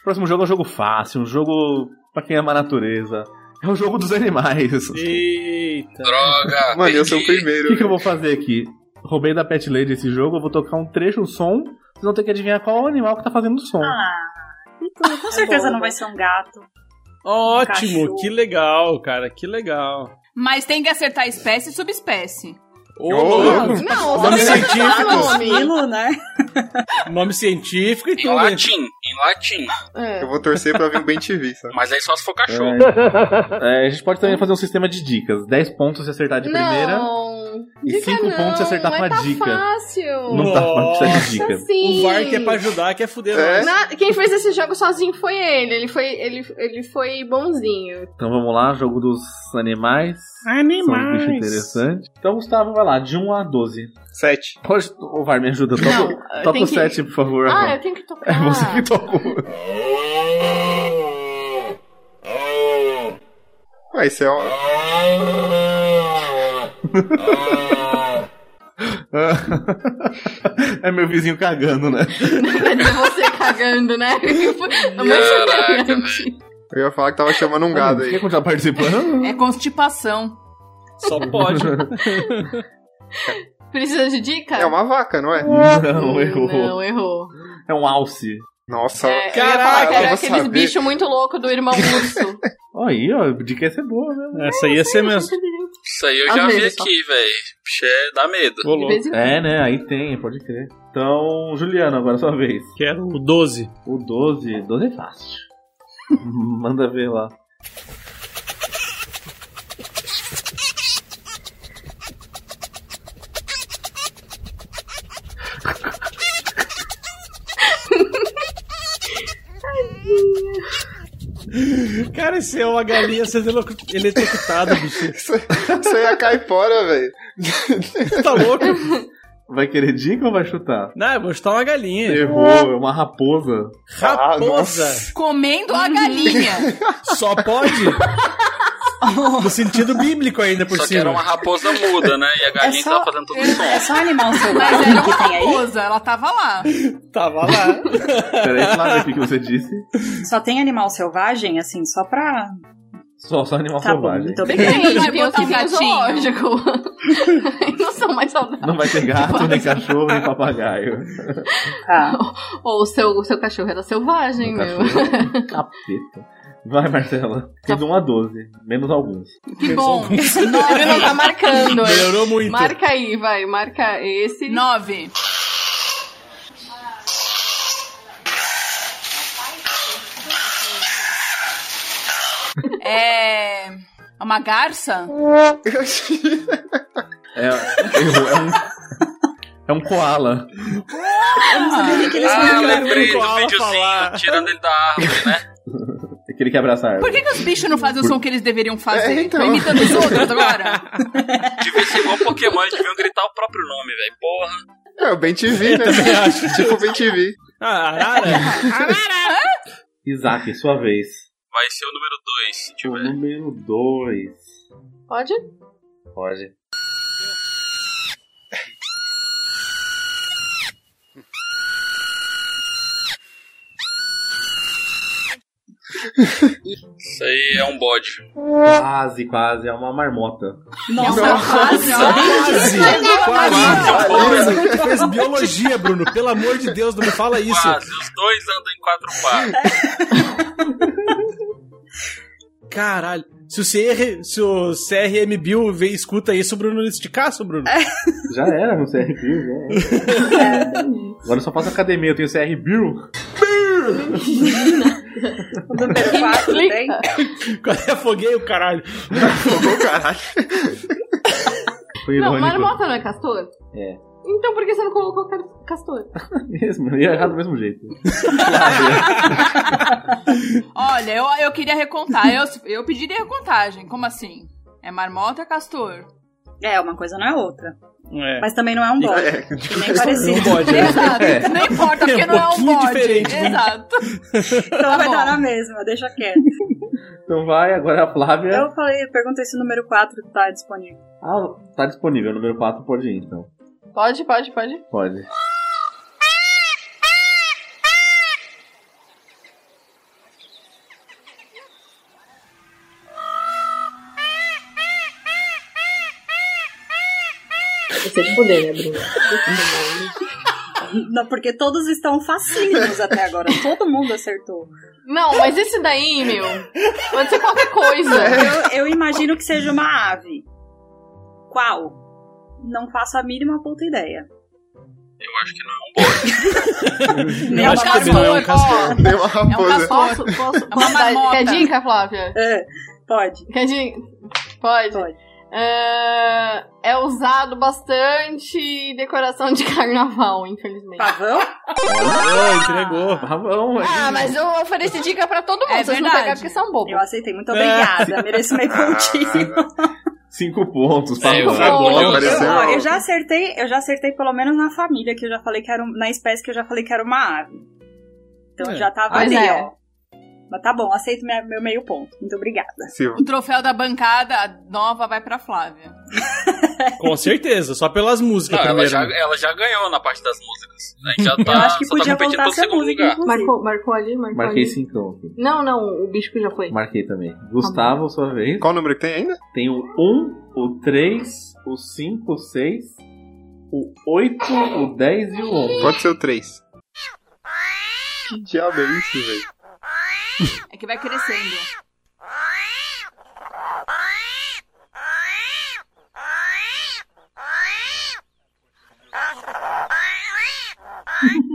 O próximo jogo é um jogo fácil, um jogo pra quem ama a natureza. É o jogo dos animais.
Eita!
Droga!
Mano, eu sou um o
perdi.
O que,
primeiro.
que eu vou fazer aqui? Roubei da Pet Lady esse jogo, eu vou tocar um trecho, um som. Vocês vão ter que adivinhar qual animal que tá fazendo o som.
Ah, então, com certeza não vai ser um gato.
Ótimo,
Cachorro.
que legal, cara, que legal.
Mas tem que acertar espécie e subespécie.
Ô,
Ô,
louco.
louco.
não,
Nome
você não
científico.
fala nome.
Camilo, né?
Nome científico então, né? e
Em
tudo. hein?
latim, em latim.
É.
Eu vou torcer pra vir o Ben TV, sabe?
Mas aí só se for cachorro.
É, a gente pode também fazer um sistema de dicas. 10 pontos se acertar de primeira.
Não.
e
Dica
cinco
não,
pontos se acertar com a
mas tá
dica.
Fácil. Tá
Não dá pra precisar de dica.
Sim.
O VAR que é pra ajudar, que é fuder
É.
nós.
Na- quem fez esse jogo sozinho foi ele. Ele foi, ele, ele foi bonzinho.
Então vamos lá, jogo dos animais. São um bicho interessante. Então, Gustavo, vai lá, de 1 a 12.
Sete.
Pode. Ô, Var, me ajuda. Toca,
Não,
toca
tem
o
que-
7, por favor.
Ah,
Var.
eu Ah. tenho que tocar.
É você que tocou.
Ué, isso é um...
é meu vizinho cagando, né?
É você cagando, né?
Caraca,
Emocionante.
Eu ia falar que tava chamando um gado
Você Quer
aí.
continuar participando?
É constipação.
Só pode.
Precisa de dica?
É uma vaca, não é?
Não, errou.
Não, errou.
É um alce.
Nossa.
É, eu ia
Caraca,
falar que
eu
era
vou
aqueles
saber.
bichos muito loucos do irmão urso.
Aí, ó, a dica ia ser boa, né?
Essa aí ia ser mesmo.
Isso aí eu
Às
já vi
vezes só.
aqui, velho. Bicho, é- dá medo.
Ô,
De
louco.
vez em quando.
É, né? Aí tem, pode crer. Então, Juliano, agora é sua vez.
Quero o 12.
O 12. 12 é fácil. Manda ver lá.
Cara, esse é uma galinha sendo elocu- eletrocutada, bicho.
Isso, isso aí é a caipora, velho.
Tá louco?
Vai querer dica ou vai chutar?
Não, eu vou chutar uma galinha.
Errou, é uma raposa.
Ah,
Raposa.
Comendo a
Uhum.
galinha.
Só pode? No sentido bíblico ainda por
Só que
cima.
era uma raposa muda, né? E a galinha que tava fazendo todo o som.
é só animal selvagem
Mas é era uma
que tem aí?
raposa, ela tava lá.
Tava lá.
Peraí, Flávia, o que que você disse?
Só tem animal selvagem, assim, só pra.
Só, só animal
Tá bom,
selvagem.
muito obrigada.
Depende,
Vai
viu?
botar
Se tem
um
o zoológico. Aí não são mais saudáveis.
Não vai ter gato, nem cachorro, nem papagaio.
Tá.
Ou o seu, o seu cachorro era selvagem,
Meu
meu.
cachorro é um Capeta. Vai, Marcela. Fiz 1 a 12, menos alguns.
Que bom.
Nove não tá
é-
marcando. hein?
Melhorou muito.
Marca aí, vai. Marca esse.
Nove. É. Uma garça?
É, errou, é um. É um koala.
Ah,
mandaram
lembrei
um
do
koala
videozinho,
falar.
tirando ele da árvore, né?
Aquele que abraça a
Por
árvore.
que, que os bichos não fazem o som que eles deveriam fazer?
É, então.
Tô imitando os outros agora?
Devia ser igual Pokémon, eles deviam gritar o próprio nome, velho. Porra.
É o Ben TV, né? Tipo o Ben TV.
Ah, arara.
Isaac, sua vez.
Vai ser o número 2, se
O
tiver.
número 2.
Pode?
Pode.
Isso aí é um bode.
Quase, quase. É uma marmota.
Nossa, quase, ó.
Quase.
Quase um bode.
Quase. que fez biologia, Bruno. Pelo amor de Deus, não me fala isso.
Quase. Os dois andam em quatro patas.
Caralho. Se o, CR, se o CRM Bill vê, escuta isso, Bruno, de caço, Bruno.
É.
Já era no CR Bill, já era. Agora eu só faço academia, eu tenho CR Bill.
Número 4 tem.
Quando eu afoguei o caralho.
Afogou, caralho.
Foi
Não,
irônico.
marmota não é castor?
É.
Então por que você não colocou ca- castor?
Mesmo, eu ia errar do mesmo jeito.
Olha, eu, eu queria recontar. Eu, eu pediria recontagem. Como assim? É marmota ou é castor?
É, uma coisa não é outra.
É.
Mas também não é um bode. Nem
É um
parecido.
bode, né?
Exato. Não importa, porque
É um
não é um
pouquinho
bode.
diferente, né?
Exato.
Então vai
Tá bom.
dar na mesma, deixa quieto.
Então vai, agora a Flávia.
Eu falei, eu perguntei se o número 4 tá disponível.
Ah, tá disponível, número 4 pode ir, então.
Pode, pode, pode.
Pode.
é
Você de poder, né, Bruno?
Não, porque todos estão facílimos até agora. Todo mundo acertou.
Não, mas esse daí, meu, pode ser qualquer coisa.
Eu, eu imagino que seja uma ave. Qual? Não faço a mínima puta ideia.
Eu acho que não.
Nem
acho
uma
que também não é um
vassoura.
castor.
Deu uma
É um
raposa.
Posso,
castor.
posso,
É uma
posso dar,
marmota.
quer dica, Flávia?
É, pode.
Quer dica? Pode.
Pode.
Ah, é usado bastante em decoração de carnaval,
Ah,
infelizmente.
Pavão?
Olha, entregou.
Ah, vamos.
Ah, mas eu ofereci dica pra todo mundo,
É
vocês não
verdade.
pegaram porque são
Eu
bobos.
aceitei. Muito obrigada. Mereço meio
Ah,
pontinho.
Cinco pontos, tá
É,
bom.
eu já
bom.
vou-
tipo Eu,
Pareceu-
ó, eu já acertei, eu já acertei pelo menos na família que eu já falei que era um- na espécie que eu já falei que era uma ave. Então
É.
já tava
Pois
ali,
é.
ó. Mas tá bom, aceito minha- meu meio ponto. Muito obrigada.
Se-
O Um troféu da bancada a nova vai pra Flávia.
Com certeza, só pelas músicas
Não, ela
primeiro. né?
já,
né?
ela já ganhou na parte das músicas. A gente já tá,
Eu acho que
só tá
podia
competindo
voltar
pelo
essa
segundo
música,
é
lugar.
inclusive.
Marcou, marcou ali, marcou
Marquei
ali.
cinco aqui.
Não, não, o bicho já foi.
Marquei também. Gustavo, sua vez.
Qual o número que tem ainda?
Tem o 1, o 3, o 5, o 6, o 8, o 10 e o 11.
Pode ser o 3. Que diabo é isso, velho?
É que vai crescendo.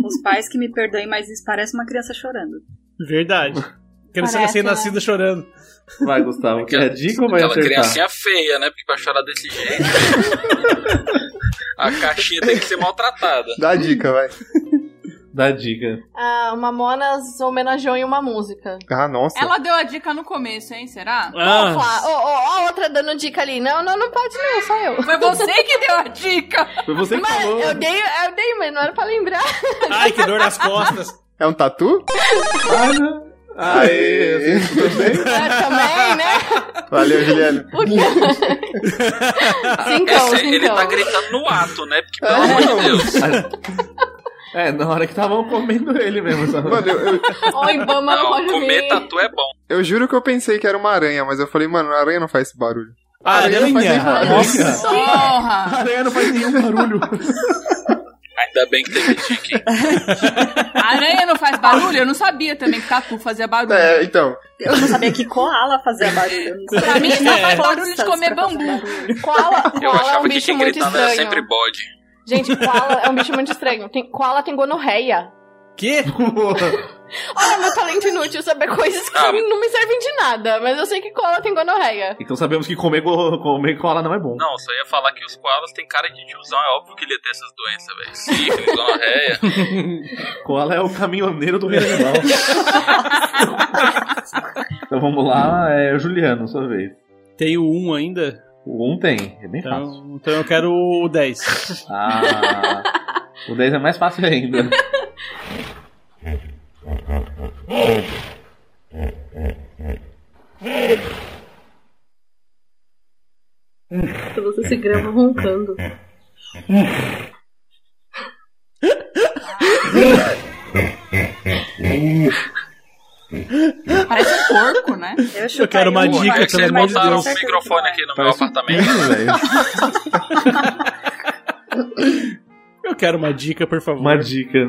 Os pais que me perdoem, mas isso parece uma criança chorando.
Verdade. Criança
Parece,
recém-nascida
né?
chorando.
Vai, Gustavo, quer a dica ou vai
Aquela
acertar?
criancinha feia, né? Porque pra chorar desse jeito. a caixinha tem que ser maltratada.
Dá a dica, vai.
Dá dica.
Ah, o Mamonas homenageou em uma música.
Ah, nossa.
Ela deu a dica no começo, hein? Será?
Ah.
Ah.
Ó, Flá, ó, ó, ó, outra dando dica ali. Não, não, não pode não, só eu.
Foi você que deu a dica!
Foi você que
Mas
falou.
eu dei, eu dei, mas não era pra lembrar.
Ai, que dor nas costas.
É um tatu?
Ah, não.
Aê!
Aê,
É, também, né?
Valeu, Juliano.
Cincão,
Esse, ele
então.
tá
cincão.
gritando no ato, né? Porque, pelo amor
então.
de Deus.
É, na hora que estavam comendo ele mesmo. Sabe?
Mano, eu, eu,
Ô, Ibama não
Não,
pode
comer
ver.
tatu é bom.
eu juro que eu pensei que era uma aranha, mas eu falei, mano, a aranha não faz esse barulho.
Ah,
Aranha.
Nossa,
Porra!
a aranha não faz nenhum barulho.
Ainda bem que teve dica. hein?
A aranha não faz barulho? Eu não sabia também que tatu fazia barulho.
É, então.
Eu não sabia que koala fazia barulho. Eu não sabia
Pra mim,
que
só faz
tinha
barulho de
forças
comer
pra fazer
bambu.
barulho.
Koala,
Eu
koala é um
achava que
bicho
quem
muito
gritava era
estranho.
sempre bode.
Gente, koala é um bicho muito estranho. Tem, koala tem gonorreia.
Que?
Olha, meu talento inútil saber coisas que
Ah.
não me servem de nada. Mas eu sei que koala tem gonorreia.
Então sabemos que comer, go- comer cola não é bom.
Não, só ia falar que os koalas têm cara de tiozão. É óbvio que ele ia ter essas doenças, velho. Sífilis, gonorreia.
Koala é o caminhoneiro do reino animal. então vamos lá, é Juliano, sua vez.
Tenho um ainda.
O 1 tem, é bem fácil.
Então, então eu quero o 10.
Ah, o 10 é mais fácil ainda.
Você se grava roncando.
Parece um porco, né?
Eu, chutaria
quero uma
um
dica,
koala,
Olha
pelo
que vocês
amor
mas
de
com
botaram
Deus.
um
certeza
microfone
não é.
aqui no meu
Parece um
apartamento.
pino, velho.
Eu quero uma dica, por favor.
Uma dica.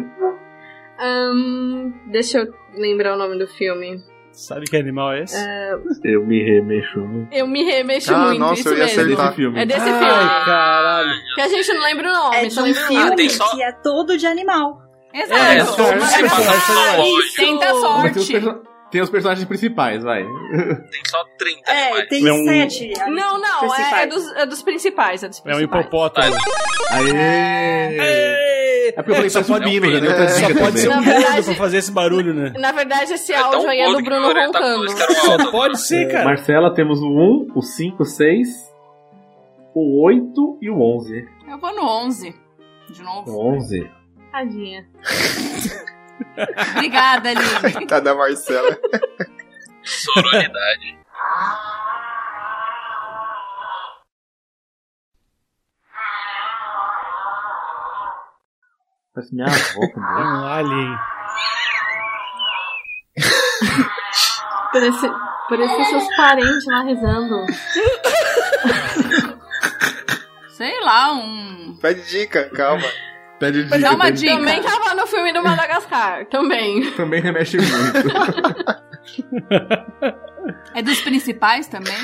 Ahn, deixa eu lembrar o nome do filme.
Sabe que animal é esse?
É,
Eu me remexo. muito.
eu me remexo
Ah,
muito,
nossa,
isso
eu ia
mesmo.
acertar. É desse filme.
É desse
Ai,
Ah,
filme.
Caralho.
Que a gente não lembra o nome,
É de
só
um
lembra o
Ah,
nome.
filme que é todo de animal.
Exato.
É, só um
Mas
filme,
é
mas
só
é
isso.
lógico. Mas
Tenta
tem, os
sorte.
perso- tem os personagens principais, vai.
Tem só 30
É,
animais.
tem
É um-
sete.
Não, não, é, é dos, é dos principais. É dos
É um
principais.
hipopótamo.
Aê!
É
porque eu falei
só
pra
pode,
subindo, já deu né? outra
é, só
dica
pode ser um
também. Na
gordo
verdade-
pra fazer esse barulho, né?
Na verdade, esse áudio aí é do
né?
Bruno
Tá
roncando.
um
Só pode ser,
É,
cara.
Marcela, temos o 1, o 5, o 6, o 8 e o 11.
Eu vou no 11. De novo.
O 11?
Tadinha.
Obrigada, Lili.
Tá da Marcela.
Sororidade.
Parece minha avó
É
também.
um alien.
Parece, parece seus parentes lá rezando.
Sei lá, um.
Pede dica, calma.
Pede
Mas dá uma dica.
Também tava no filme do Madagascar. Também.
Também remexe muito.
É dos principais também?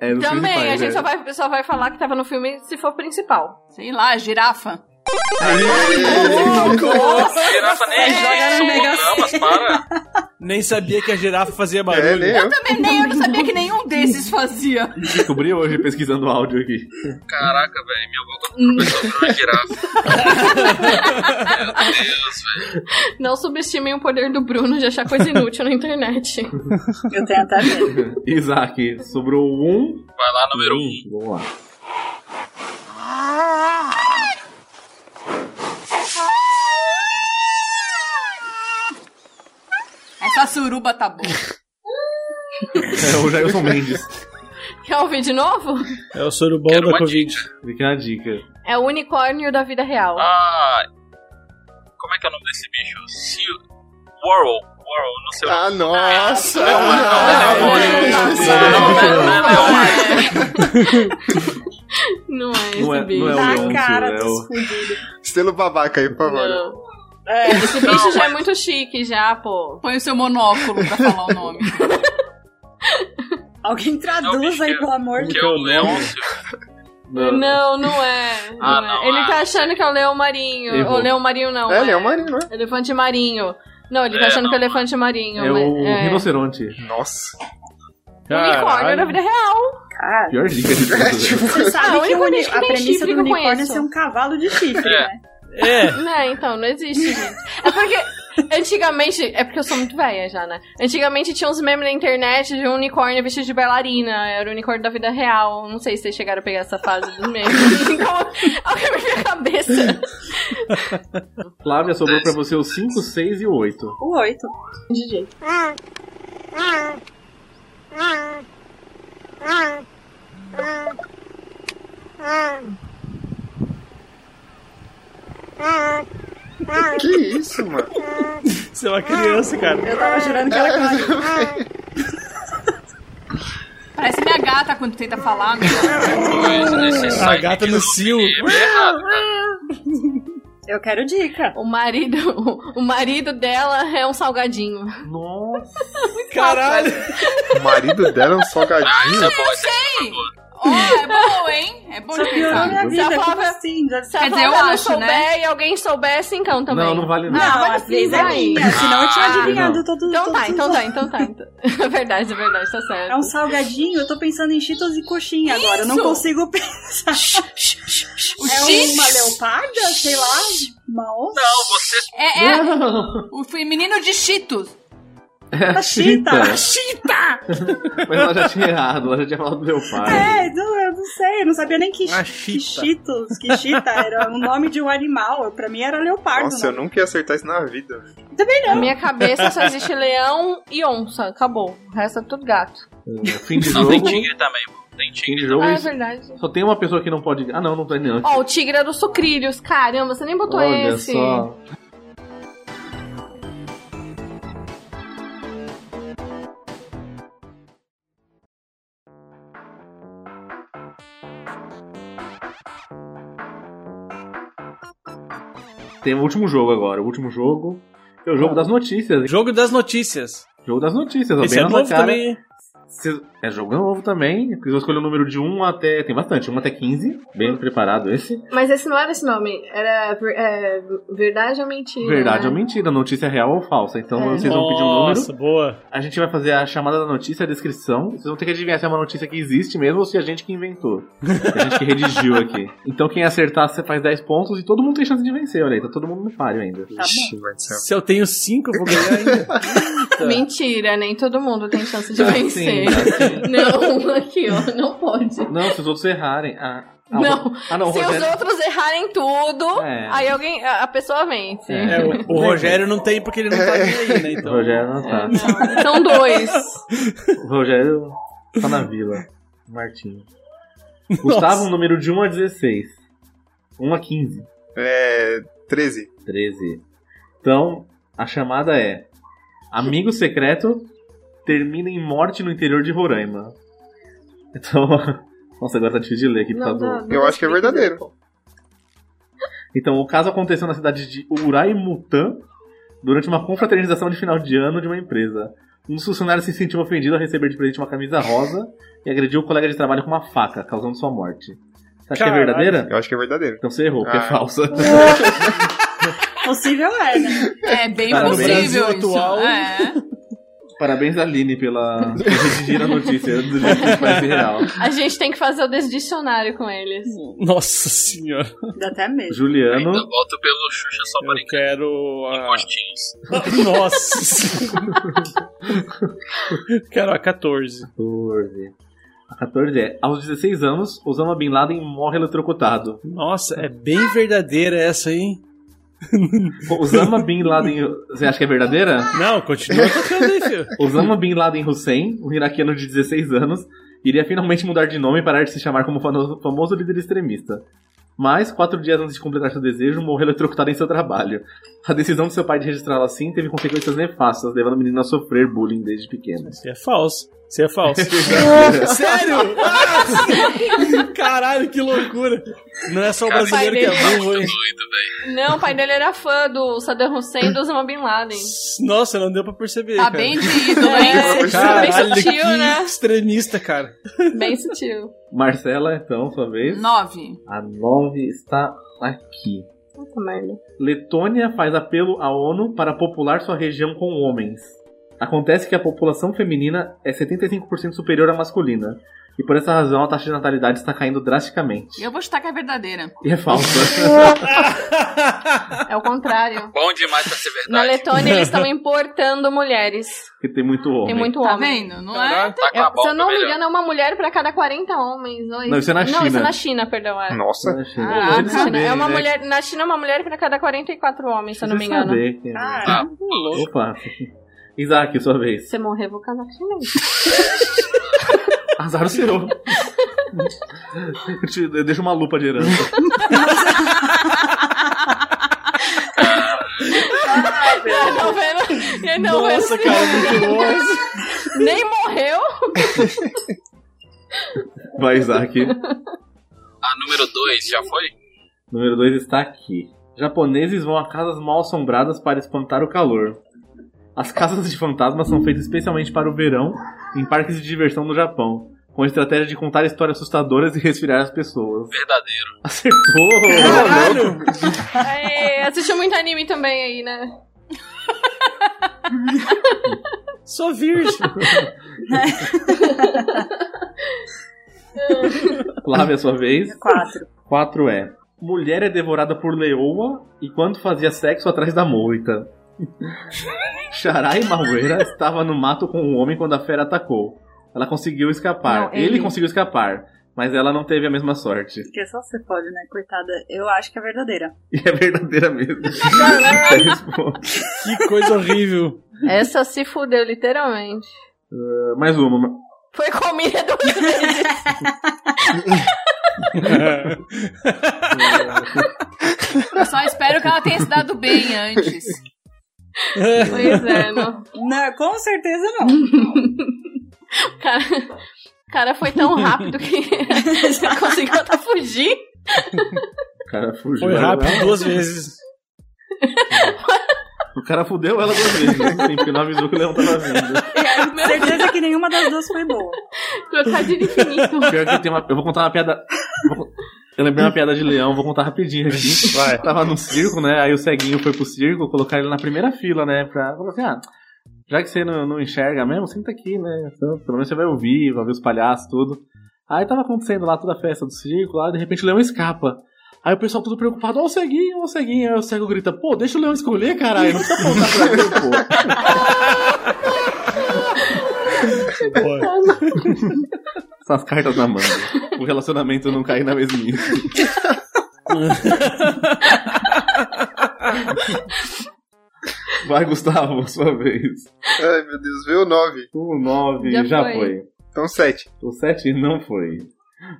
É, dos
Também, a
principais,
gente
é.
só vai, só vai falar que tava no filme se for principal.
Sei lá, girafa.
Girafa nem
É,
joga no Mega
Não, mas para.
Nem sabia que a girafa
É.
fazia barulho.
nem
Eu também nem, eu não sabia que nenhum desses fazia.
Descobri hoje pesquisando o áudio aqui.
Caraca, velho. Minha avó começou a virar girafa.
Não subestimem o poder do Bruno de achar coisa inútil na internet.
Eu tenho até medo.
Isaac, sobrou o 1.
Vai lá, número 1. Um.
Vamos lá.
Essa suruba tá boa.
É o Jailson Mendes.
Quer ouvir de novo?
É o surubão
Quero
da
uma
Covid.
Fica a dica.
É o unicórnio da vida real.
Ah. Como é que é o nome desse bicho? Sil. Warhol. Warhol, não sei o nome.
Ah, nossa!
Não é esse
Não é,
bicho.
não é o
Tá a
Leôncio,
cara
é
dos
o...
fudidos.
Selo babaca aí, por favor.
Não. Esse bicho já é muito chique, já, pô.
Põe o seu monóculo pra falar o nome.
Alguém traduz
bicho,
aí,
é-
pelo amor de
Que é o Leôncio.
Não, não é. não
Ah,
é.
não,
ele
ah.
tá achando que é o leão marinho.
Errou.
O leão marinho não.
É, ele é um marinho, né?
Elefante marinho. Não, ele tá
É,
achando
não.
que é elefante marinho.
É
mas-
o
é.
rinoceronte.
Nossa.
Unicórnio da
Caralho.
vida real.
Cara,
Pior dica de todas. né?
você sabe
Ah, o
que o uni-
único que
a
tem
premissa
chifre
do
que eu
unicórnio é
conheço.
ser um cavalo de chifre,
Ah.
É.
né?
É.
Não, então, não existe, gente. É porque antigamente. É porque eu sou muito velha já, né? Antigamente tinha uns memes na internet de um unicórnio vestido de bailarina. Era o unicórnio da vida real. Não sei se vocês chegaram a pegar essa fase dos memes. Então, olha a minha cabeça.
Flávia, sobrou pra você o 5, 6 e o 8.
O oito.
DJ.
Que isso, mano?
Você é uma criança, cara.
Eu tava jurando que era cavalo.
é
Parece minha gata tá quando tenta falar. né? meu.
A gata no cio.
Eu quero dica.
O marido, o marido dela é um salgadinho.
Nossa!
Caralho.
O marido dela é um
Isso é
salgadinho.
bom, isso é
Ó, é bom, hein? É bom
Só
de
piorou
pensar.
minha vida,
Só
como
fala-
assim? Já-
Se a
Quer dizer, eu
Flávia não
acho,
souber
né?
e alguém soubesse, então também.
Não, não vale não.
Ah,
Não,
vai
às vezes é
vai.
minha, senão eu tinha
Ah,
adivinhado todo
Então
todos
tá,
os
então
outros.
tá, então tá. então- É verdade, é verdade, tá certo.
É um salgadinho, eu tô pensando em cheetos e coxinha agora, eu não
Isso!
consigo pensar. é
É
Cheetos?
uma leoparda? Sei lá, uma onça?
Não, você
É, é o feminino de Cheetos.
É
Tá
a Chita.
chita.
Cheetah!
Mas ela já tinha errado, ela já tinha falado do meu pai.
É, não, eu não sei, eu não sabia nem que,
A
que
chita.
cheetos, que chita era o nome de um animal, pra mim era leopardo.
Nossa, eu nunca ia acertar isso na vida. velho.
Na minha cabeça só existe leão e onça. Acabou. O resto é tudo gato.
É, Fim de
Não,
jogo.
tem tigre também, pô. Tem
Fim de
tigre.
jogo.
Ah, é
isso.
verdade.
Só tem uma pessoa que não pode. Ah, não, não tem não.
Ó, o tigre é dos sucrilhos. Caramba, você nem botou
Olha
é esse.
só. Tem o último jogo agora. O último jogo é o jogo das notícias. é
Jogo das notícias.
Jogo das notícias, ó,
Esse
bem
é
na
novo
sua cara.
também, hein?
Cês- É jogo novo também. Vocês vão escolher o número de 1 até. Tem bastante, 1 até 15. Bem preparado esse.
Mas esse não era esse nome. Era ver- é, verdade ou mentira?
Verdade
né?
ou mentira, notícia real ou falsa. Então
É.
vocês vão pedir um número.
Nossa, boa.
A gente vai fazer a chamada da notícia, a descrição. Vocês vão ter que adivinhar se é uma notícia que existe mesmo ou se é a gente que inventou. A gente que redigiu aqui. Então quem acertar você faz 10 pontos e todo mundo tem chance de vencer, olha aí. Tá todo mundo no páreo ainda.
Se eu tenho 5, eu vou ganhar ainda.
Mentira, nem todo mundo tem chance de
Ah,
vencer.
sim, ah,
Não, aqui, ó, não pode.
Não, se os outros errarem. Ah, ah, o
Não.
Ro- Ah, não, o
Se
Rogério-
os outros errarem tudo,
É.
aí alguém, a a pessoa vence.
É, o, o Rogério não tem porque ele não tá nem aí, né? Então.
O É. Rogério não
É,
tá.
São dois. É.
O Rogério tá na vila. Martinho. Gustavo, número de 1 a 16. 1 a 15.
É. 13.
13. Então, a chamada é: Amigo secreto termina em morte no interior de Roraima. Então. Nossa, agora tá difícil de ler aqui por causa
tá.
do.
Eu acho que é verdadeiro.
Então, o caso aconteceu na cidade de Uraimutã durante uma confraternização de final de ano de uma empresa. Um dos funcionários se sentiu ofendido ao receber de presente uma camisa rosa e agrediu o colega de trabalho com uma faca, causando sua morte. Você acha
Caralho.
que é verdadeira?
Eu acho que é verdadeiro.
Então você errou, porque
Ah.
é falsa.
Possível é, né?
É bem
Cara, no
possível
Brasil
isso.
atual-
É.
Parabéns, Aline, pela por redigir a notícia do jeito que parece real.
A gente tem que fazer o desdicionário com eles.
Nossa senhora.
Dá até mesmo.
Juliano.
Ainda volto pelo Xuxa só
É.
para
Eu quero. A...
encostinhos.
Nossa senhora. Quero a 14.
14. A 14 é. Aos 16 anos, Osama Bin Laden morre eletrocutado.
Nossa, é bem verdadeira essa, hein?
Pô, Osama Bin Laden. Você acha que é verdadeira?
Não, continua tocando aí, filho.
Osama Bin Laden Hussein, um iraquiano de 16 anos, iria finalmente mudar de nome e parar de se chamar como fano- famoso líder extremista. Mas, quatro dias antes de completar seu desejo, morreu eletrocutado em seu trabalho. A decisão de seu pai de registrá-lo assim teve consequências nefastas, levando o menino a sofrer bullying desde pequeno.
Você é falso. Você é falso. Sério? Ah, Caralho, que loucura. Não é só o brasileiro que é burro, hein?
Não, o pai dele era fã do Saddam Hussein e do Osama Bin Laden.
Nossa, não deu pra perceber.
Tá
cara.
bem de ídolo,
É,
hein?
Caralho,
bem
que
sutil, né?
extremista, cara.
Bem sutil.
Marcela, então, sua vez.
Nove.
A 9 está aqui.
Puta merda.
Letônia faz apelo à ONU para popular sua região com homens. Acontece que a população feminina é 75% superior à masculina. E por essa razão a taxa de natalidade está caindo drasticamente.
Eu vou chutar que é verdadeira.
E é falsa.
É o contrário.
Bom demais pra ser
Na
verdade.
Letônia eles estão importando mulheres.
Porque tem muito homem.
Tem muito
Tá
homem.
vendo? Não é?
Tá com
É,
a
se eu
bomba
não me
melhor.
engano, é uma mulher pra cada 40 homens. Não,
Não, isso é na
Não, isso
China.
é na China, perdão. É.
Nossa.
Eu achei-
Ah,
eu achei de
Na China.
saber,
É uma
né?
mulher, na China, uma mulher pra cada 44 homens, se eu não me
Preciso
engano.
saber quem é.
tá
Ah,
Opa. Isaac, sua vez.
Se eu morrer, eu vou casar com chinês.
Azar o seu. Eu te- eu deixo uma lupa de herança.
Já não vendo? Já não
Nossa,
vendo?
cara, muito bom.
Nem morreu?
Vai, Isaac.
a número 2 já foi?
Número 2 está aqui. Japoneses vão a casas mal assombradas para espantar o calor. As casas de fantasmas são feitas especialmente para o verão em parques de diversão no Japão, com a estratégia de contar histórias assustadoras e resfriar as pessoas.
Verdadeiro.
Tá
Acertou!
Caralho.
Aê, assistiu muito anime também aí, né?
Sou virgem.
Flávia, sua vez.
Quatro.
4 é: Mulher é devorada por leoa enquanto fazia sexo atrás da moita. Xarai Mauera estava no mato com um homem quando a fera atacou. Ela conseguiu escapar.
Não,
ele...
ele.
conseguiu escapar, mas ela não teve a mesma sorte.
Porque só você pode, né? Coitada. Eu acho que é verdadeira.
E é verdadeira mesmo. Dez pontos.
Que coisa horrível.
Essa se fudeu, literalmente.
Uh, Mais uma.
Foi comida do
Eu só espero que ela tenha se dado bem antes.
Pois é, não.
Não, com certeza não.
O cara, o cara foi tão rápido que conseguiu até fugir.
O cara fugiu.
Foi rápido duas vezes.
O cara fudeu ela duas vezes, assim, porque não avisou que o leão tava vindo.
né? Certeza que nenhuma das duas foi boa.
Trocadilho infinito.
Pior que tem uma. Eu vou contar uma piada. vou con- Eu lembrei uma piada de leão, vou contar rapidinho aqui. Vai. Tava num circo, né? Aí o ceguinho foi pro circo, colocaram ele na primeira fila, né? Pra. Falou assim, ah. Já que você não, não enxerga mesmo, senta aqui, né? Então, pelo menos você vai ouvir, vai ver os palhaços, tudo. Aí tava acontecendo lá toda a festa do circo, lá, e de repente o leão escapa. Aí o pessoal tudo preocupado, ó o ceguinho, ó o ceguinho. Aí o cego grita, pô, deixa o leão escolher, caralho. Não tá apontar pra mim, pô. Essas cartas na mão. O relacionamento não cai na mesminha. Vai, Gustavo, sua vez.
Ai, meu Deus, veio o 9.
O 9 já, foi.
Então 7.
O 7 não foi.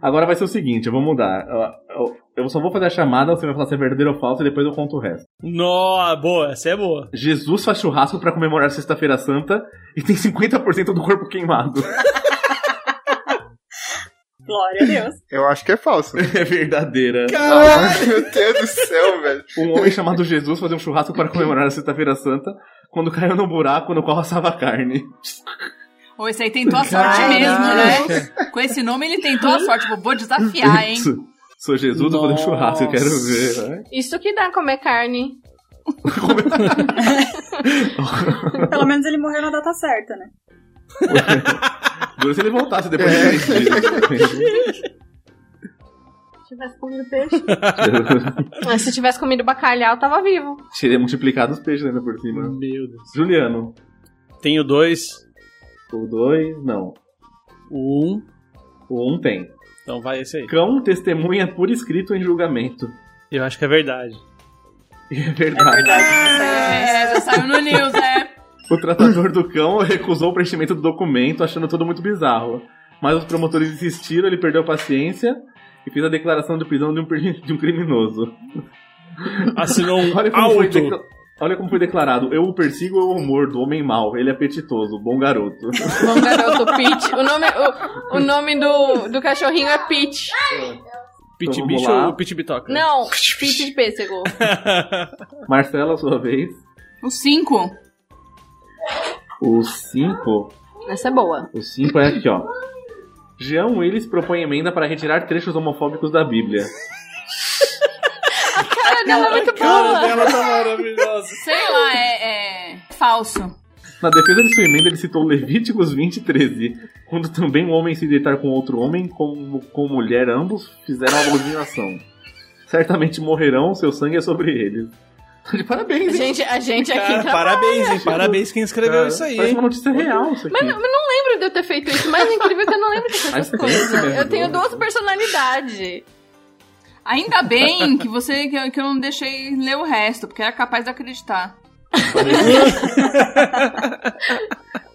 Agora vai ser o seguinte, eu vou mudar. Eu, eu- eu só vou fazer a chamada, você vai falar se é verdadeiro ou falso e depois eu conto o resto.
Nó, boa, essa é boa.
Jesus faz churrasco pra comemorar Sexta-feira Santa e tem 50% do corpo queimado.
Glória a Deus.
Eu acho que é falso.
É verdadeira.
Caralho, meu Deus do céu, velho.
Um homem chamado Jesus fazia um churrasco para comemorar a Sexta-feira Santa quando caiu no buraco no qual assava carne.
Ou esse aí tentou a sorte
Caraca.
mesmo, né? Com esse nome ele tentou a sorte. Tipo, vou desafiar, hein?
Sou- Sou Jesus, vou fazer um churrasco, eu quero ver. né?
Isso que dá comer carne.
Pelo menos ele morreu na data certa, né?
Duro se ele voltasse depois de três dias.
Se tivesse comido peixe. Ah, se tivesse comido bacalhau, tava vivo.
Seria multiplicado os peixes ainda por cima.
Meu Deus.
Juliano.
Tenho dois.
O dois, não.
O um.
O um tem.
Então vai esse aí.
Cão testemunha por escrito em julgamento.
Eu acho que é verdade.
É verdade.
É, já saiu no news, é.
O tratador do cão recusou o preenchimento do documento, achando tudo muito bizarro. Mas os promotores insistiram, ele perdeu a paciência e fez a declaração de prisão de um, per- de um criminoso.
Assinou um
Olha como, foi
auto.
decla- Olha como foi declarado: eu o persigo, eu o mordo, homem mau, ele é apetitoso, bom garoto.
Bom garoto, Pete. O nome, o, o nome do, do cachorrinho é Pete.
Pit
Então, vamos
bicho
lá.
ou pit bitoca?
Não, Pete de pêssego.
Marcela, sua vez.
O 5.
O 5.
Essa é boa.
O 5 é aqui, ó. Jean Willis propõe emenda para retirar trechos homofóbicos da Bíblia.
A cara dela é muito boa.
Cara dela tá maravilhosa.
Sei lá, é, é falso.
Na defesa de sua emenda, ele citou Levíticos 20, 13, quando também um homem se deitar com outro homem, como com mulher, ambos fizeram abominação. Certamente morrerão, seu sangue é sobre eles. Tá De parabéns, hein?
Gente, a gente aqui
Cara,
tá...
parabéns, hein? Parabéns quem escreveu
Cara,
isso aí,
Parece uma
hein?
notícia real isso
Mas,
aqui.
não- mas não lembro de eu ter feito isso, mas é incrível que eu não lembro dessas
Mas tem
coisas.
esse mesmo
Eu tenho
nome.
duas personalidades.
Ainda bem que você que eu, que eu não deixei ler o resto, porque era capaz de acreditar.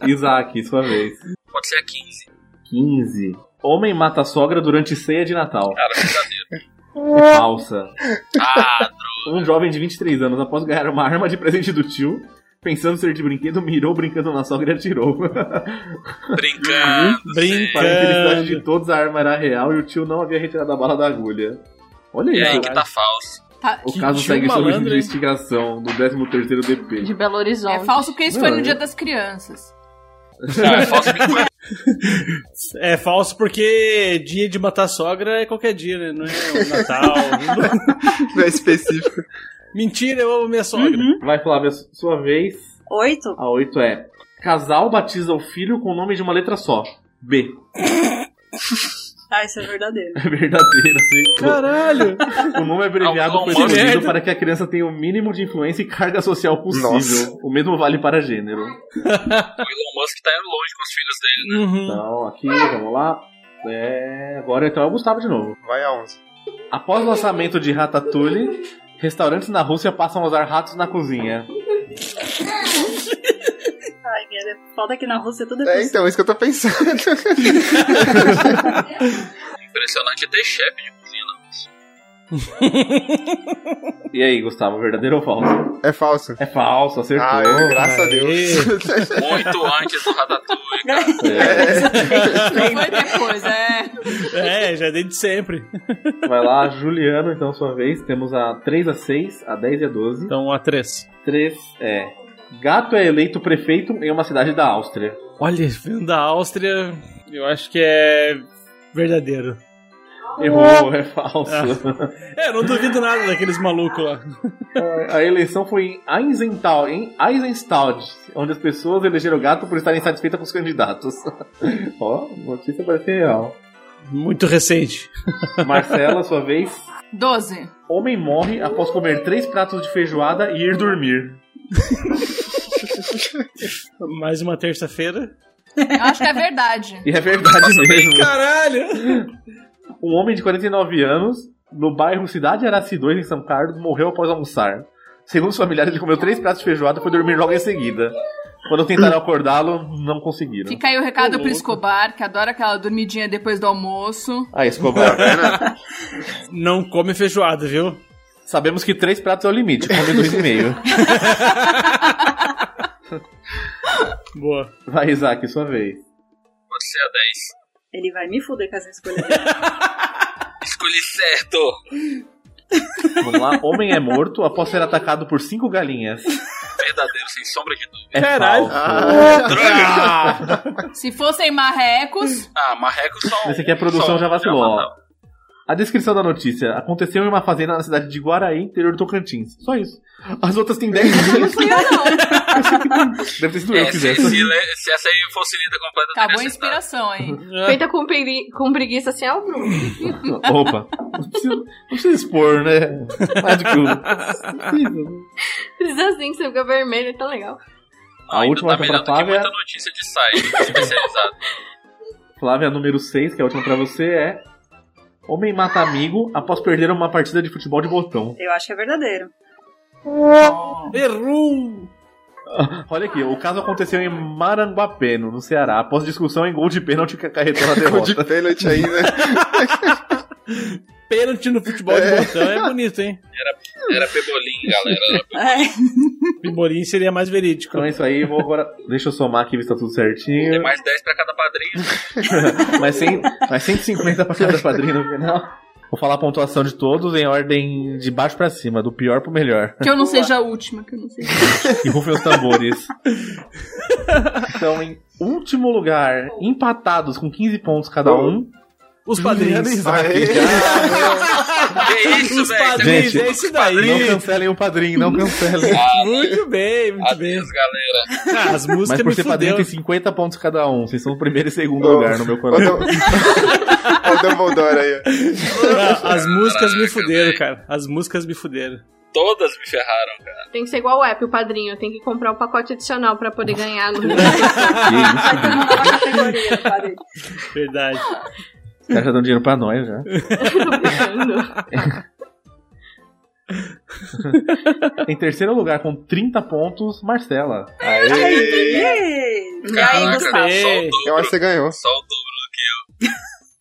Isaac, sua vez.
Pode ser a 15.
15. Homem mata a sogra durante ceia de Natal.
Cara, verdadeiro.
É falsa.
Ah,
Um jovem de 23 anos, após ganhar uma arma de presente do tio, pensando ser de brinquedo, mirou brincando na sogra e atirou. Uhum.
brincando.
assim, Para a felicidade
Brincando.
de todos, a arma era real e o tio não havia retirado a bala da agulha. Olha
E aí
isso. né?
que tá falso.
Tá-
O
Que
caso
tio
segue sob
malandro, hein?
investigação do 13º DP.
De Belo Horizonte.
É falso porque isso foi no
Não,
dia
eu-
das crianças.
Ah, é falso porque foi
É falso porque dia de matar a sogra é qualquer dia, né? Não é o Natal.
Não é específico.
Mentira, eu amo minha sogra.
hum? Vai, Flávia, sua vez.
Oito?
A 8 é... Casal batiza o filho com o nome de uma letra só. B.
Ah, isso é verdadeiro.
É verdadeiro, aceitou.
Caralho!
O nome abreviado
Alguma
foi escolhido
merda.
para que a criança tenha o mínimo de influência e carga social possível.
Nossa.
O mesmo vale para gênero.
o Elon Musk tá indo longe com os filhos dele.
Uhum.
Então, aqui, vamos lá. É, agora então é o Gustavo de novo.
Vai a 11.
Após o lançamento de Ratatouille, restaurantes na Rússia passam a usar ratos na cozinha.
Ai, minha Falta que na Rússia tudo é
É,
possível.
então, é isso que eu tô pensando.
Impressionante ter chefe de cozinha, não.
E aí, Gustavo, verdadeiro ou falso?
É falso.
É falso, acertou.
Ah, eu- graças a Deus.
Muito antes do Ratatouille.
Né?
Não foi depois, é.
É, já desde sempre.
Vai lá, Juliana, então, sua vez. Temos a 3, a 6, a 10 e a 12.
Então, a 3.
3 é. Gato é eleito prefeito em uma cidade da Áustria.
Olha, vindo da Áustria, eu acho que é verdadeiro.
Errou, é falso.
É, eu não duvido nada daqueles malucos lá.
A eleição foi em Eisenthal, em Eisenstadt, onde as pessoas elegeram o gato por estarem satisfeitas com os candidatos. Ó, notícia parece real.
Muito recente.
Marcela, sua vez.
12.
Homem morre após comer três pratos de feijoada e ir dormir.
Mais uma terça-feira.
Eu acho que é verdade.
E é verdade mesmo.
Caralho!
Um homem de 49 anos, no bairro Cidade Araci 2, em São Carlos, morreu após almoçar. Segundo os familiares, ele comeu três pratos de feijoada e foi dormir logo em seguida. Quando tentaram acordá-lo, não conseguiram.
Fica aí o recado pro Escobar, que adora aquela dormidinha depois do almoço.
Ah, Escobar.
Não come feijoada, viu?
Sabemos que três pratos é o limite, come dois e meio.
Boa.
Vai, Isaac, sua vez.
Pode ser a 10.
Ele vai me fuder com essa escolha dele.
Escolhi certo.
Vamos lá. Homem é morto após ser atacado por cinco galinhas.
Verdadeiro, sem sombra de dúvida.
É
Caralho.
falso.
Droga!
Se fossem marrecos,
Ah, marreco só um.
Esse aqui é a produção
Só um.
já vacilou.
Já
ó.
matou.
A descrição da notícia. Aconteceu em uma fazenda na cidade de Guaraí, interior do Tocantins. Só isso. As outras têm 10
não fui eu, não.
Deve ter sido eu
É,
que
se,
fiz
se
essa.
le- se essa aí fosse lida tá completa, eu
Acabou a
teria acertado.
inspiração, hein?
Feita com, peri- com preguiça assim, é o Bruno.
Opa. Não precisa, não precisa expor, né? Mais do que o...
Precisa assim, que você fica vermelho, é tão legal.
A
Ainda
última
tá
vai pra
melhor do que
Flávia.
muita notícia de site especializado.
Flávia, número 6, que é a última pra você, é... Homem mata amigo após perder uma partida de futebol de botão.
Eu acho que é verdadeiro.
Errou! um
Olha aqui, o caso aconteceu em Maranguapeno, no Ceará, após discussão em gol de pênalti que acarretou na
Gol de
derrota.
pênalti aí, né?
Pênalti no futebol de botão é bonito, hein?
Era pebolim, galera.
É.
Pimborim seria mais verídico.
Então é isso aí, eu vou agora. Deixa eu somar aqui, ver se tá tudo
Tem
certinho.
mais 10 pra cada padrinho.
Mas, cem- mas 150 pra cada padrinho no final. Vou falar a pontuação de todos em ordem de baixo pra cima, do pior pro melhor.
Que eu não seja a última, que eu não seja.
E rufem os tambores. Então, em último lugar, empatados com 15 pontos cada um.
Os
Juliana e
padrinhos.
Isaac.
Que isso,
Os
velho?
padrinhos,
Gente,
é isso
Não
daí.
cancelem o padrinho, não cancelem.
Muito bem, muito bem.
Adeus, galera.
Ah, as músicas
Mas por
me
ser padrinho
fudeu.
tem 50 pontos cada um. Vocês são o primeiro e segundo
Ô,
lugar no meu
Olha o
coração.
Dum- olha o Dumbledore aí. ó.
Não, Ah, as músicas me fuderam, cara. As músicas me fuderam.
Todas me ferraram, cara.
Tem que ser igual o app, o padrinho. Tem que comprar o pacote adicional pra poder ganhar no
Que isso,
Vai ter uma nova categoria, sabe?
Verdade.
os caras já dão dinheiro pra nós já. Em terceiro lugar, com 30 pontos, Marcela.
Ei, E aí, Gustavo?
só o
Ei,
dobro.
Eu acho que você ganhou.
Só o dobro.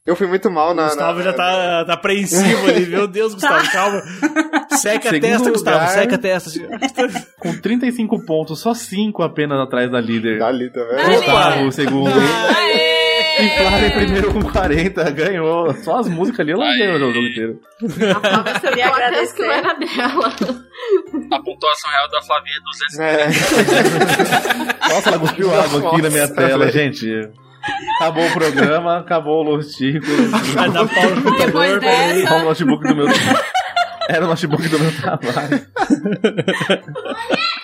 Eu fui muito mal na.
o Gustavo
na-
já tá, tá apreensivo ali. Meu Deus,
Tá.
Gustavo, calma. Seca a
Segundo
testa, Gustavo.
lugar.
Seca a testa.
Com 35 pontos, só 5 apenas atrás da líder.
Dali, tá vendo?
Ah,
Dali.
Gustavo, segundo.
É.
E
Aê!
Clara em primeiro com 40, ganhou. Só as músicas ali, ela não
Aê.
ganhou o jogo inteiro.
Queria
Agradeço que não
agradecer.
era dela.
A pontuação real da Flavinha é 200.
É,
Nossa, ela cuspiu água aqui na minha
Nossa,
tela,
velho.
gente. Acabou o programa, acabou o Los Ticos.
Vai dar pau no computador.
Depois
peraí.
dessa,
Só o notebook do meu. Era o notebook do meu trabalho.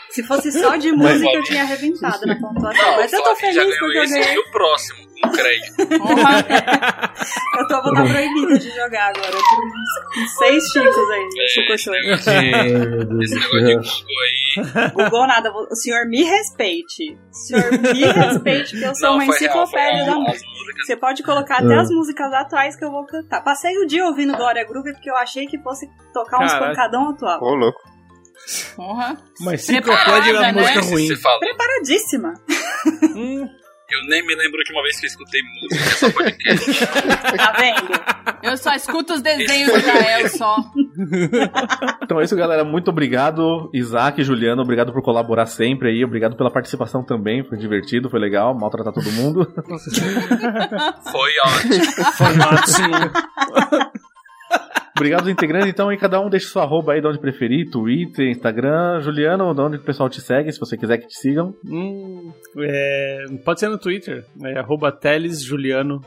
Se fosse só de música, eu tinha arrebentado na pontuação. Mas eu tô
um. Flavinha já
feliz porque
ganhou
eu
esse e
ganhei.
o próximo, um crédito.
Eu tô, vou estar proibida de jogar agora. Eu tô com uns seis chicos aí,
É
chocochô.
Esse negócio de Google aí.
Google Tipo, nada, o senhor me respeite. O senhor me respeite, que eu sou
Não,
uma
foi real, foi
enciclopédia da
real.
música. Você pode colocar até as músicas atuais que eu vou cantar. Passei o dia ouvindo Glória Groove porque eu achei que fosse tocar uns
Caraca.
pancadão atual.
ô louco.
Porra.
Mas ciclopédia
Preparada,
era
né?
música
Esse
ruim.
Você fala.
Paradíssima.
Hum,
Eu nem me lembro que uma vez que eu escutei música, só podcast.
Tá vendo?
Eu só escuto os desenhos do Jael só.
Então é isso, galera. Muito obrigado, Isaac e Juliano. Obrigado por colaborar sempre aí. Obrigado pela participação também. Foi divertido, foi legal. Maltratar todo mundo.
Foi ótimo.
Foi ótimo.
obrigado aos integrantes, então. E cada um deixa sua arroba aí de onde preferir: Twitter, Instagram. Juliano, de onde o pessoal te segue, se você quiser que te sigam.
Hum, é, pode ser no Twitter, é arroba telesjuliano.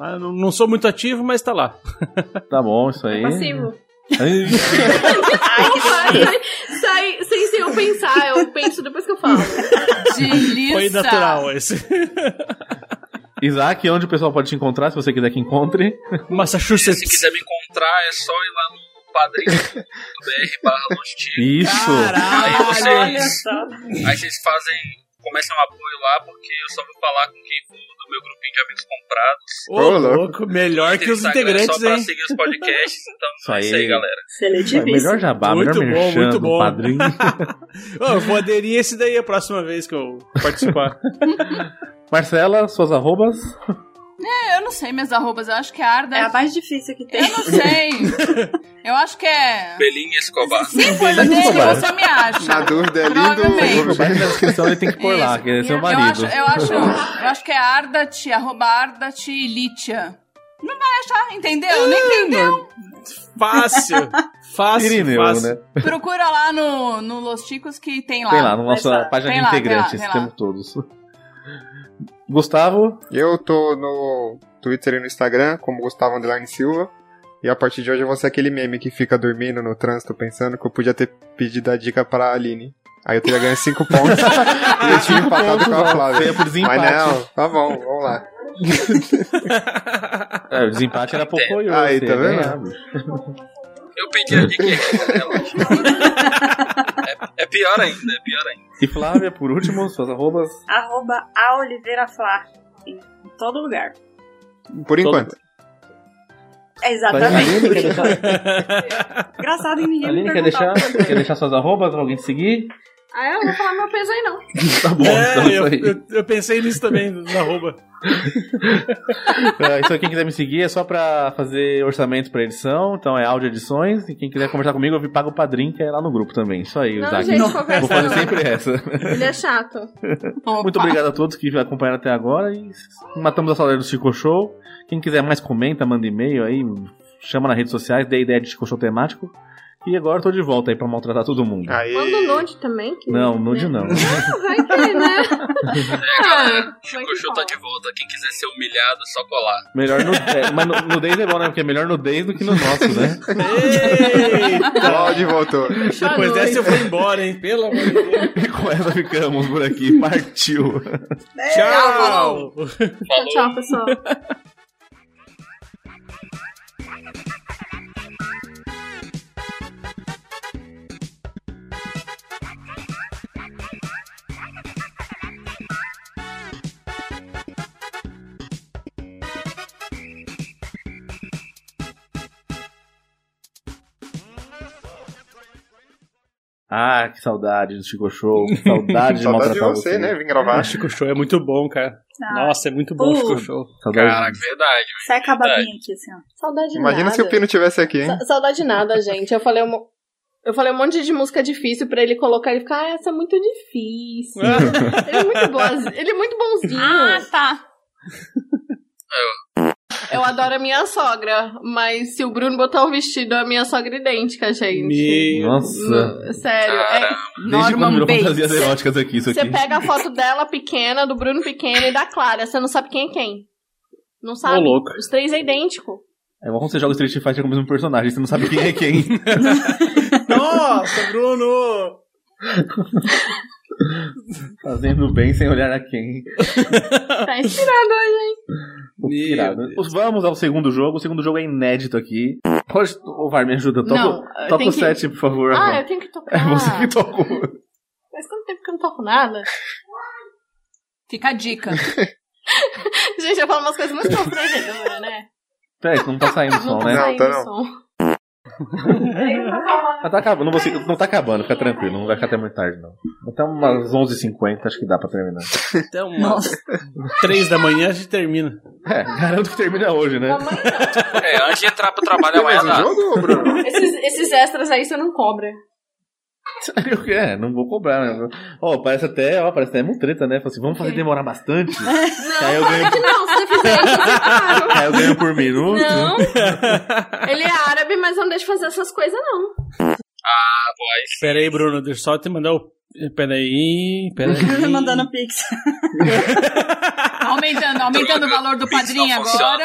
Ah, não, não sou muito ativo, mas tá lá.
Tá bom, isso
É
aí.
Passivo.
Aí,
Sai sem ser eu pensar, eu penso depois que eu falo.
Delícia.
Foi natural esse.
Isaac, onde o pessoal pode te encontrar, se você quiser que encontre.
Se
Massachusetts.
quiser me encontrar, é só ir lá no padrinho.br barra longe de-
Isso.
Aí é
Olha
vocês,
só.
aí vocês fazem, começam um apoio lá, porque eu só vou falar com quem for do meu grupinho de amigos comprados.
Ô, louco, melhor que os
Instagram é
integrantes,
Só pra
hein?
seguir os podcasts, então
Isso
é isso
aí. É
aí, galera.
Seletivíssimo.
Melhor jabá,
Muito
melhor
bom,
merchan
muito
do
bom.
padrinho.
Ô, eu vou aderir esse daí a próxima vez que eu participar.
Marcela, suas arrobas.
É, eu não sei minhas arrobas, eu acho que é Arda.
É a mais difícil que tem.
Eu não sei. Eu acho que é.
Belinha Escobar.
Se for o dele, você me acha.
Na dúvida é
Provavelmente.
lindo.
Vai na descrição, ele tem que pôr lá,
Isso.
que ele é seu
Eu
Eu
marido.
acho, eu acho, eu acho que é Ardat, arroba Ardat e Litia. Não vai achar, entendeu?
Ah,
Não entendeu?
Fácil. Fácil,
Irineu,
fácil.
né?
Procura lá no, no Los Ticos que tem lá.
Tem lá, na nossa
lá.
página
Tem
de
lá, tem
integrantes,
lá, tem
temos todos. Gustavo,
Eu tô no Twitter e no Instagram, como Gustavo Underline Silva. E a partir de hoje eu vou ser aquele meme que fica dormindo no trânsito pensando que eu podia ter pedido a dica pra Aline. Aí eu teria ganho 5 pontos e eu tinha empatado com a Flávia.
veio por desempate.
Mas não, tá bom, vamos lá.
É, o desempate era pouco né? eu.
Aí,
você
tá vendo?
ganhava.
Eu pedi a dica errada, é, é pior ainda, é pior ainda.
E Flávia, por último, suas arrobas.
Arroba a Oliveira Flá. Em todo lugar.
Por enquanto.
É
Tá,
Tá Aline, quer
exatamente.
deixar,
Engraçado em ninguém
Aline,
me
quer
perguntar.
deixar, quer deixar suas arrobas pra alguém te seguir?
Ah, eu não vou falar meu peso aí, não.
Tá bom, então
É,
é, isso
eu,
aí.
eu- eu pensei nisso também, na arroba.
É, então quem quiser me seguir é só pra fazer orçamentos pra edição, então é áudio edições. E quem quiser conversar comigo, eu pago o padrinho, que é lá no grupo também. Isso aí,
Não,
Isaac.
gente, qualquer
Vou fazer
coisa.
sempre essa.
Ele é chato.
Opa.
um Muito obrigado a todos que acompanharam até agora e matamos a saudade do Chico Show. Quem quiser mais, comenta, manda e-mail aí, chama nas redes sociais, dê ideia de Chico Show temático. E agora eu tô de volta aí pra maltratar todo mundo.
Aí.
Manda um nude também. Que...
Não, nude não.
Não, vai que, né? Ah, vai
O
que
show tá
rola.
de volta. Quem quiser ser humilhado, é só colar.
Melhor no, é, mas nu- nudez é bom, né? Porque é melhor nudez do que no nosso, né?
Ei,
Claudio voltou.
Tá
depois dessa eu vou embora, hein? Pelo amor de Deus.
E com essa ficamos por aqui. Partiu.
É.
Tchau!
Tchau, tchau, pessoal.
Ah, que saudade do Chico Show. Que saudade de
Saudade de
maltratar
você, né? Vim gravar.
Ah, Chico Show é muito bom, cara.
Ah,
Nossa, é muito bom o Chico
Uh.
Show.
Saudade
Caraca, verdade.
Seca a babinha aqui, assim, ó.
Saudade de
Imagina
nada.
se o Pino tivesse aqui, hein?
Sa- Saudade de nada, gente. Eu falei um, mo- eu falei um monte de música difícil pra ele colocar. Ele fica, ah, essa é muito difícil. ele, é muito boazi- ele é muito bonzinho.
Ah, tá.
Eu adoro a minha sogra, mas se o Bruno botar o vestido, a minha sogra é idêntica, gente.
de-
Me...
Nossa.
N- Sério, é,
Desde quando
Norman
virou
Bates.
fantasias eróticas aqui, isso
você tá-
aqui.
pega a foto dela pequena, do Bruno pequeno e da Clara. Você não sabe quem é quem. Não
Ô,
sabe.
louco.
Os três é idêntico.
É igual quando você joga Street Fighter com o mesmo personagem, você não sabe quem é quem.
Nossa, Bruno!
Fazendo bem sem olhar a quem.
Tá inspirado hoje, hein?
Irado. Vamos ao segundo jogo. O segundo jogo é inédito aqui. Pode, ô Var, me ajuda. Toca,
Não, eu
toca
tenho
o
que-
set, por favor.
Ah,
Var.
eu Ah. tenho que tocar.
é você que tocou.
Mas quanto tempo que eu não toco nada?
Fica a dica.
Gente, eu falo umas coisas muito constrangedoras, né?
Peraí, não tá saindo o som, né?
Não,
saindo
tá não.
som.
Ah, tá acabando, não, você- não tá acabando, fica tranquilo, não vai ficar até muito tarde, não. Até umas 11h50 acho que dá pra terminar.
Então, Até umas três da manhã a gente termina.
É, garanto que termina hoje, né?
É, antes de entrar pro trabalho
Tem mais
amanhã
um
dá.
jogo, Bruno?
Esses, esses extras aí você não cobra.
Eu- É, não vou cobrar, né? Ó, parece até, ó, parece até uma treta, né? Fala assim, vamos fazer demorar bastante? Que aí eu ganho,
Não, se você fizer isso, você paga.
que aí eu ganho por minuto.
Não. Ele é árabe, mas eu não deixa fazer essas coisas, não.
Ah, vai.
Pera aí, Bruno, deixa eu só te mandar o. Pera aí, pera aí.
Mandando pix.
Aumentando, aumentando o valor do padrinho agora.